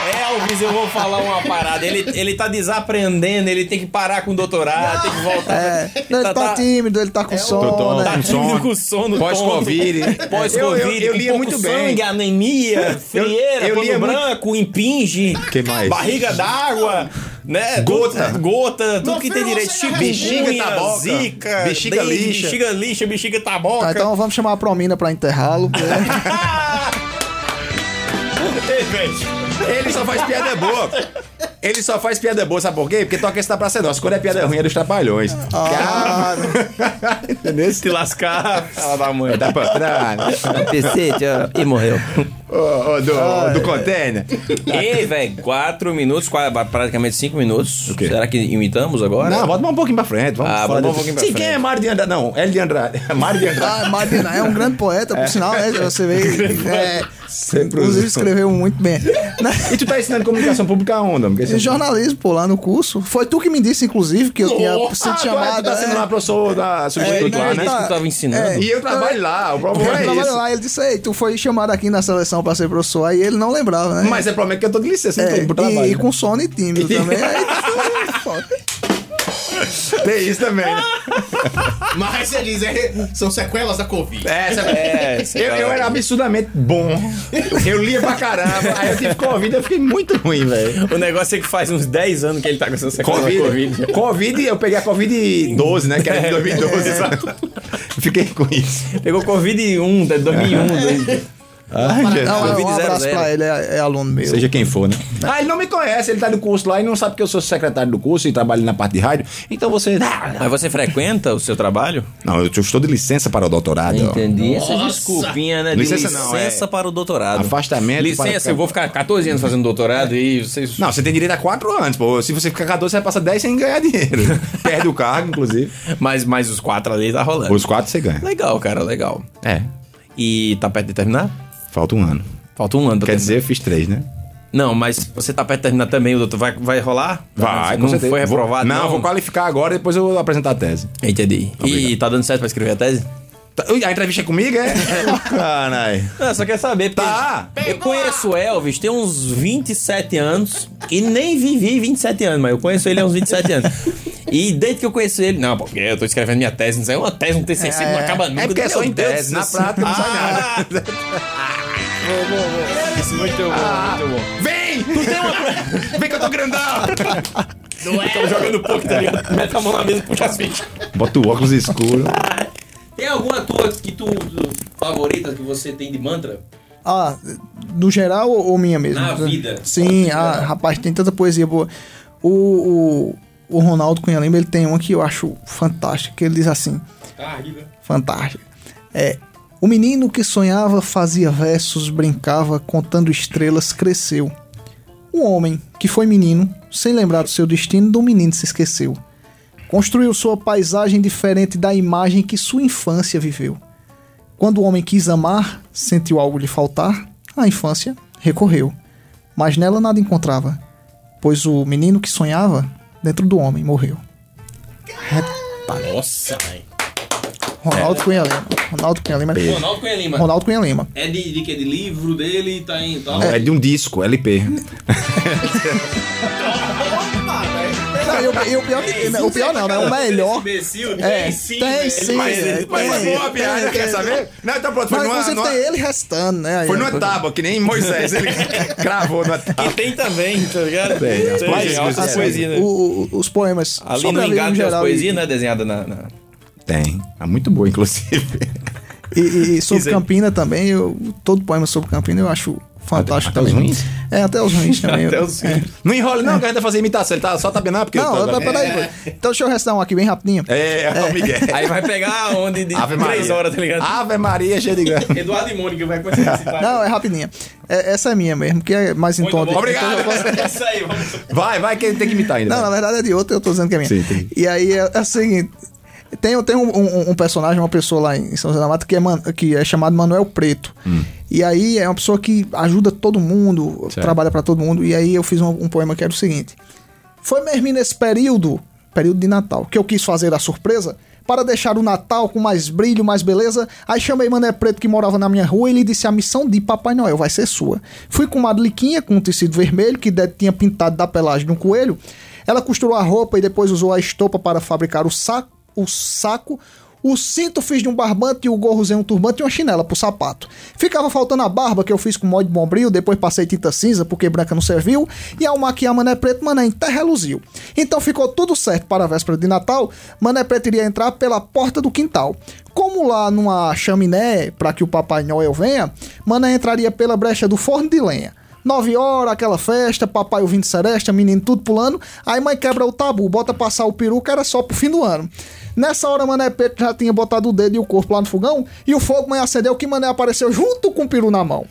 Speaker 3: é Elvis, eu vou falar uma parada. Ele, ele tá desaprendendo, ele tem que parar com o doutorado, tem que voltar.
Speaker 9: É, não, ele tá tímido, ele tá com sono,
Speaker 4: Totó.
Speaker 9: né?
Speaker 3: tá tímido <laughs> com sono.
Speaker 4: Pós-Covid.
Speaker 3: tonto. Pós-Covid.
Speaker 4: Eu- eu- eu
Speaker 3: com
Speaker 4: lia
Speaker 3: pouco
Speaker 4: muito
Speaker 3: sangue,
Speaker 4: bem.
Speaker 3: anemia, frieira,
Speaker 4: eu
Speaker 3: pano
Speaker 4: lia muito-
Speaker 3: branco, impinge.
Speaker 4: Que mais?
Speaker 3: Barriga d'água, né?
Speaker 4: Gota.
Speaker 3: Gota, tudo
Speaker 5: Meu
Speaker 3: que tem
Speaker 5: filho,
Speaker 3: direito.
Speaker 5: você já
Speaker 3: Chikungunya,
Speaker 4: bexiga taboca.
Speaker 3: zika,
Speaker 4: Bexiga
Speaker 3: dengue,
Speaker 4: lixa.
Speaker 3: Bexiga lixa, bexiga
Speaker 9: Tá,
Speaker 3: taboca.
Speaker 9: então vamos chamar a Promina pra enterrá-lo. né?
Speaker 3: Ei, velho.
Speaker 4: Ele só faz piada boa. Ele só faz piada boa, sabe por quê? Porque toca esse da Praça é Nossa. Quando é piada ruim, é dos trapalhões.
Speaker 9: Ah, <laughs>
Speaker 3: Se lascar, fala da mãe.
Speaker 4: um Dá pra trás.
Speaker 3: e morreu.
Speaker 4: ô, ô, do, do container.
Speaker 3: Ei, velho, 4 minutos, qua- praticamente 5 minutos.
Speaker 4: quê?
Speaker 3: Será que imitamos agora?
Speaker 4: Não, bota um pouquinho pra frente. Vamos
Speaker 3: Ah,
Speaker 4: falar
Speaker 3: bota um
Speaker 4: de-
Speaker 3: pouquinho pra
Speaker 4: Sim,
Speaker 3: frente.
Speaker 4: quem é Mário de Andrade? Não, L de Andrade. <laughs> Mário de Andrade.
Speaker 9: Ah, Marina é um grande poeta, por sinal, né?
Speaker 4: <laughs>
Speaker 9: Você vê. É,
Speaker 4: Sempre
Speaker 9: inclusive,
Speaker 4: usou.
Speaker 9: escreveu muito bem.
Speaker 4: <laughs> E tu tá ensinando comunicação pública onda, porque
Speaker 9: Em jornalismo, pô, lá no curso. Foi tu que me disse, inclusive, que eu tinha sido
Speaker 4: ah,
Speaker 9: chamado.
Speaker 4: tu tá sendo
Speaker 9: é.
Speaker 4: lá professor da substituto
Speaker 9: É,
Speaker 4: lá,
Speaker 9: ele
Speaker 4: né?
Speaker 9: tá-
Speaker 3: que eu tava ensinando.
Speaker 9: é,
Speaker 4: E eu trabalho lá, o
Speaker 9: Eu
Speaker 4: problema é
Speaker 9: trabalho
Speaker 4: isso.
Speaker 9: lá, ele disse, ei, tu foi chamado aqui na seleção pra ser professor. Aí ele não lembrava, né?
Speaker 4: Mas é problema que eu tô de licença,
Speaker 9: É,
Speaker 4: não tô pro trabalho.
Speaker 9: e, e com sono e tímido também. Aí,
Speaker 4: <laughs>
Speaker 9: foda.
Speaker 4: Tem isso também,
Speaker 3: <laughs>
Speaker 4: né?
Speaker 5: Mas você diz, é, são sequelas da Covid.
Speaker 4: É, sabe? eu, eu era absurdamente bom. Eu lia pra caramba. Aí eu tive Covid, eu fiquei muito ruim, velho.
Speaker 3: O negócio é que faz uns 10 anos que ele tá com essa sequela da
Speaker 4: Covid,
Speaker 3: Covid.
Speaker 4: É COVID. eu peguei a Covid 12, né? Que era de 2012, exato. Fiquei com isso.
Speaker 3: Pegou Covid 1, 2001. dois- um.
Speaker 4: Ai,
Speaker 9: Não,
Speaker 4: Jesus.
Speaker 9: é, um
Speaker 3: Covid zero,
Speaker 9: abraço
Speaker 3: zero.
Speaker 9: pra ele, é, é aluno meu.
Speaker 4: Seja quem for, né? Ah, ele não me conhece, ele tá no curso lá e não sabe que eu sou secretário do curso e trabalho na parte de rádio. Então você.
Speaker 3: Mas você frequenta o seu trabalho?
Speaker 4: Não, eu estou de licença para o doutorado.
Speaker 3: Entendi. Essa
Speaker 5: Nossa!
Speaker 3: desculpinha, né? De licença,
Speaker 4: Licença não, é-
Speaker 3: para o doutorado.
Speaker 4: Afastamento
Speaker 3: Licença,
Speaker 4: para-
Speaker 3: eu vou ficar 14 anos fazendo doutorado e vocês.
Speaker 4: Não, você tem direito a 4 anos, pô. Se você ficar 14, você passa 10 sem ganhar <laughs> dinheiro. Perde o cargo, inclusive.
Speaker 3: Mas, mas os quatro ali tá rolando.
Speaker 4: Os 4 você ganha.
Speaker 3: Legal, cara, legal.
Speaker 4: É,
Speaker 3: E tá perto de terminar?
Speaker 4: falta um ano.
Speaker 3: Falta um ano pra
Speaker 4: Quer
Speaker 3: terminar.
Speaker 4: dizer, eu fiz 3, né?
Speaker 3: Não, mas você tá perto de terminar também, o doutor. Vai, vai rolar?
Speaker 4: Vai,
Speaker 3: não,
Speaker 4: com
Speaker 3: não
Speaker 4: certeza.
Speaker 3: foi
Speaker 4: Vou-
Speaker 3: reprovado, não.
Speaker 4: Não, vou qualificar agora e depois eu vou apresentar a tese.
Speaker 3: Entendi. E tá dando certo pra escrever a tese?
Speaker 4: Tá- Ui, A entrevista é comigo, é? <laughs> Caralho.
Speaker 3: Não, só quer saber, porque
Speaker 4: Tá.
Speaker 3: eu conheço o Elvis, tem uns 27 anos, e nem vivi 27 anos, mas eu conheço ele há uns 27 anos. E desde que eu conheço ele, não, porque eu tô escrevendo minha tese, não sei, uma tese, um TCC, não acaba nunca.
Speaker 4: É porque é só
Speaker 3: Meu
Speaker 4: em
Speaker 3: Deus
Speaker 4: tese,
Speaker 3: do
Speaker 4: na
Speaker 3: céu.
Speaker 4: prática não sai nada.
Speaker 3: Muito bom, muito bom.
Speaker 4: Vem! Tu tem uma... Vem que eu tô grandão!
Speaker 3: Tô jogando pouco, tá ligado? Mete a mão na mesa e puxa as fichas.
Speaker 4: Bota o óculos escuro.
Speaker 10: Tem alguma tua que tu, tu- favorita que você tem de mantra?
Speaker 9: Ah, no geral ou, ou minha mesmo?
Speaker 10: Na vida.
Speaker 9: Sim, ah, rapaz, tem tanta poesia boa. O, o, o Ronaldo Cunha Lima, ele tem uma que eu acho fantástica, que ele diz assim,
Speaker 10: Carga.
Speaker 9: fantástica. É, o menino que sonhava, fazia versos, brincava, contando estrelas, cresceu. O Um homem, que foi menino, sem lembrar do seu destino, do menino se esqueceu. Construiu sua paisagem diferente da imagem que sua infância viveu. Quando o homem quis amar, sentiu algo lhe faltar, a infância recorreu. Mas nela nada encontrava, pois o menino que sonhava, dentro do homem morreu.
Speaker 5: Nossa, velho.
Speaker 9: Ronaldo Cunha Lima. Ronaldo Cunha Lima.
Speaker 10: Ronaldo Cunha Lima.
Speaker 9: Ronaldo Cunha Lima.
Speaker 10: É de, de que? De livro dele, tá em tal.
Speaker 4: É de um disco, LP.
Speaker 9: Não, e o, e o pior, que- não, o pior não, né? O melhor.
Speaker 10: Imbecil,
Speaker 9: É,
Speaker 10: tem sim.
Speaker 9: tem
Speaker 10: velho.
Speaker 9: sim. é,
Speaker 4: né? Mas
Speaker 9: tem,
Speaker 4: foi uma piada,
Speaker 9: tem,
Speaker 4: quer
Speaker 9: tem.
Speaker 4: saber? Não, então pronto, foi
Speaker 9: Mas
Speaker 4: numa...
Speaker 9: você
Speaker 4: numa-
Speaker 9: tem ele restando, né? aí,
Speaker 4: Foi
Speaker 9: né?
Speaker 4: numa tábua, que nem Moisés. Ele <laughs> cravou numa tábua. é,
Speaker 3: E tem também, tá <laughs> ligado?
Speaker 4: Tem, as
Speaker 3: Tem,
Speaker 4: poesias,
Speaker 3: as
Speaker 4: as
Speaker 3: poesias, né?
Speaker 9: O- o- os poemas.
Speaker 3: Ali
Speaker 9: sobre
Speaker 3: no
Speaker 9: a vida
Speaker 3: Engato
Speaker 9: em
Speaker 3: tem as
Speaker 9: geral
Speaker 3: poesias, né? Desenhada na. na-
Speaker 4: Tem. É muito boa, inclusive. <laughs>
Speaker 9: E, e- e sobre
Speaker 3: Isso aí.
Speaker 9: Campina também, eu, todo poema sobre Campina eu acho fantástico
Speaker 4: Até- até os
Speaker 9: também.
Speaker 4: ruins?
Speaker 9: É, até os ruins também.
Speaker 3: Até
Speaker 9: eu-
Speaker 3: os
Speaker 9: é.
Speaker 4: Não enrola, não, que a gente vai fazer imitação. Ele tá só tabenando porque...
Speaker 9: Não,
Speaker 4: eu tô-
Speaker 9: mas peraí. pô. Então deixa eu restar um aqui bem rapidinho.
Speaker 4: É, é o Miguel.
Speaker 3: Aí vai pegar a onda de
Speaker 4: Ave Maria. Ah.
Speaker 3: três horas, tá ligado?
Speaker 4: Ave Maria, cheio de <laughs> graça.
Speaker 10: Eduardo e Mônica vai começar a citar.
Speaker 9: Não, é rapidinha. É- essa é minha mesmo, que é mais em tom de-
Speaker 4: Obrigado.
Speaker 10: É isso aí, vamos.
Speaker 4: Vai, vai, que ele tem que imitar ainda.
Speaker 9: Não, na verdade é de outra, eu tô dizendo que é minha.
Speaker 4: né? Sim, entendi.
Speaker 9: E aí é, é o seguinte. Tem, tem um, um- um personagem, uma pessoa lá em São José da Mata que é, man- que é chamado Manuel Preto.
Speaker 4: Hum.
Speaker 9: E aí é uma pessoa que ajuda todo mundo, trabalha pra todo mundo. E aí eu fiz um, um poema que era o seguinte: Foi mesmo nesse período, período de Natal, que eu quis fazer a surpresa para deixar o Natal com mais brilho, mais beleza. Aí chamei Mané Preto que morava na minha rua e ele disse: A missão de Papai Noel vai ser sua. Fui com uma liquinha com um tecido vermelho que Dede tinha pintado da pelagem de um coelho. Ela costurou a roupa e depois usou a estopa para fabricar o saco. O saco o cinto fiz de um barbante e o gorro usei um turbante e uma chinela pro sapato. Ficava faltando a barba que eu fiz com molde de bombril, depois passei tinta cinza porque branca não serviu, e ao maquiar Mané Preto, Mané em terra reluziu. Então ficou tudo certo para a véspera de Natal, Mané Preto iria entrar pela porta do quintal. Como lá numa chaminé, para que o Papai Noel venha, Mané entraria pela brecha do forno de lenha. Nove horas, aquela festa, papai ouvindo seresta, menino tudo pulando. Aí mãe quebra o tabu, bota passar o peru, que era só pro fim do ano. Nessa hora, Mané Pedro já tinha botado o dedo e o corpo lá no fogão, e o fogo mãe acendeu que Mané apareceu junto com o peru na mão.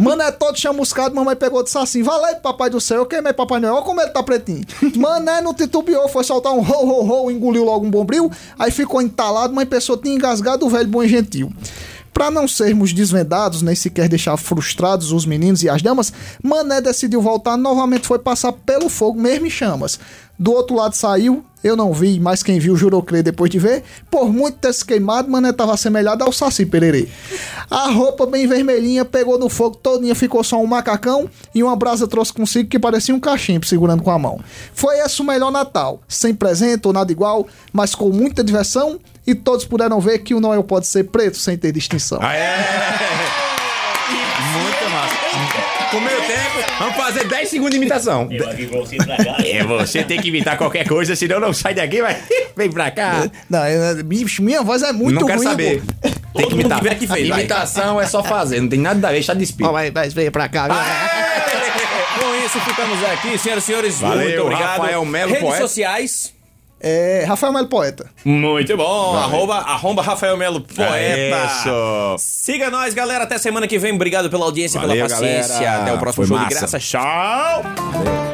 Speaker 9: Mané todo chamuscado, mamãe pegou e disse assim: Valeu, papai do céu, eu queimei papai Noel, olha como ele tá pretinho. Mané não titubeou, foi soltar um ho ho ho, engoliu logo um bombril, aí ficou entalado, mãe pessoa tinha engasgado o velho bom e gentil. Pra não sermos desvendados, nem sequer deixar frustrados os meninos e as damas, Mané decidiu voltar novamente foi passar pelo fogo, mesmo em chamas. Do outro lado saiu, eu não vi, mas quem viu jurou crer depois de ver. Por muito ter se queimado, Mané tava assemelhado ao Saci Pererê. A roupa bem vermelhinha pegou no fogo todinha, ficou só um macacão e uma brasa trouxe consigo que parecia um cachimbo segurando com a mão. Foi esse o melhor Natal, sem presente ou nada igual, mas com muita diversão e todos puderam ver que o Noel pode ser preto sem ter distinção.
Speaker 4: Muito massa. Com meu tempo, vamos fazer 10 segundos de imitação. É, você tem que imitar qualquer coisa, senão não sai daqui, vai. Vem pra cá.
Speaker 9: Não, eu- bicho, minha voz é muito
Speaker 4: não quero
Speaker 9: ruim,
Speaker 4: saber.
Speaker 9: pô.
Speaker 4: Tem que imitar.
Speaker 3: tiver que fez, vai.
Speaker 4: Imitação é só fazer, não tem nada a ver, está de espírito.
Speaker 9: Ó, vai, vai, vem pra cá.
Speaker 3: Com isso, ficamos aqui, senhoras e senhores.
Speaker 4: Valeu,
Speaker 3: muito obrigado.
Speaker 4: Rafael Melo,
Speaker 3: Redes
Speaker 4: poeta.
Speaker 3: sociais.
Speaker 9: É, Rafael Melo Poeta.
Speaker 3: Muito bom. Arroba, arroba Rafael Melo, poeta.
Speaker 4: Isso.
Speaker 3: Siga nós, galera. Até semana que vem. Obrigado pela audiência,
Speaker 4: Valeu,
Speaker 3: pela paciência.
Speaker 4: galera.
Speaker 3: Até o próximo
Speaker 4: Foi
Speaker 3: show de
Speaker 4: massa.
Speaker 3: graça. Tchau.
Speaker 4: Valeu.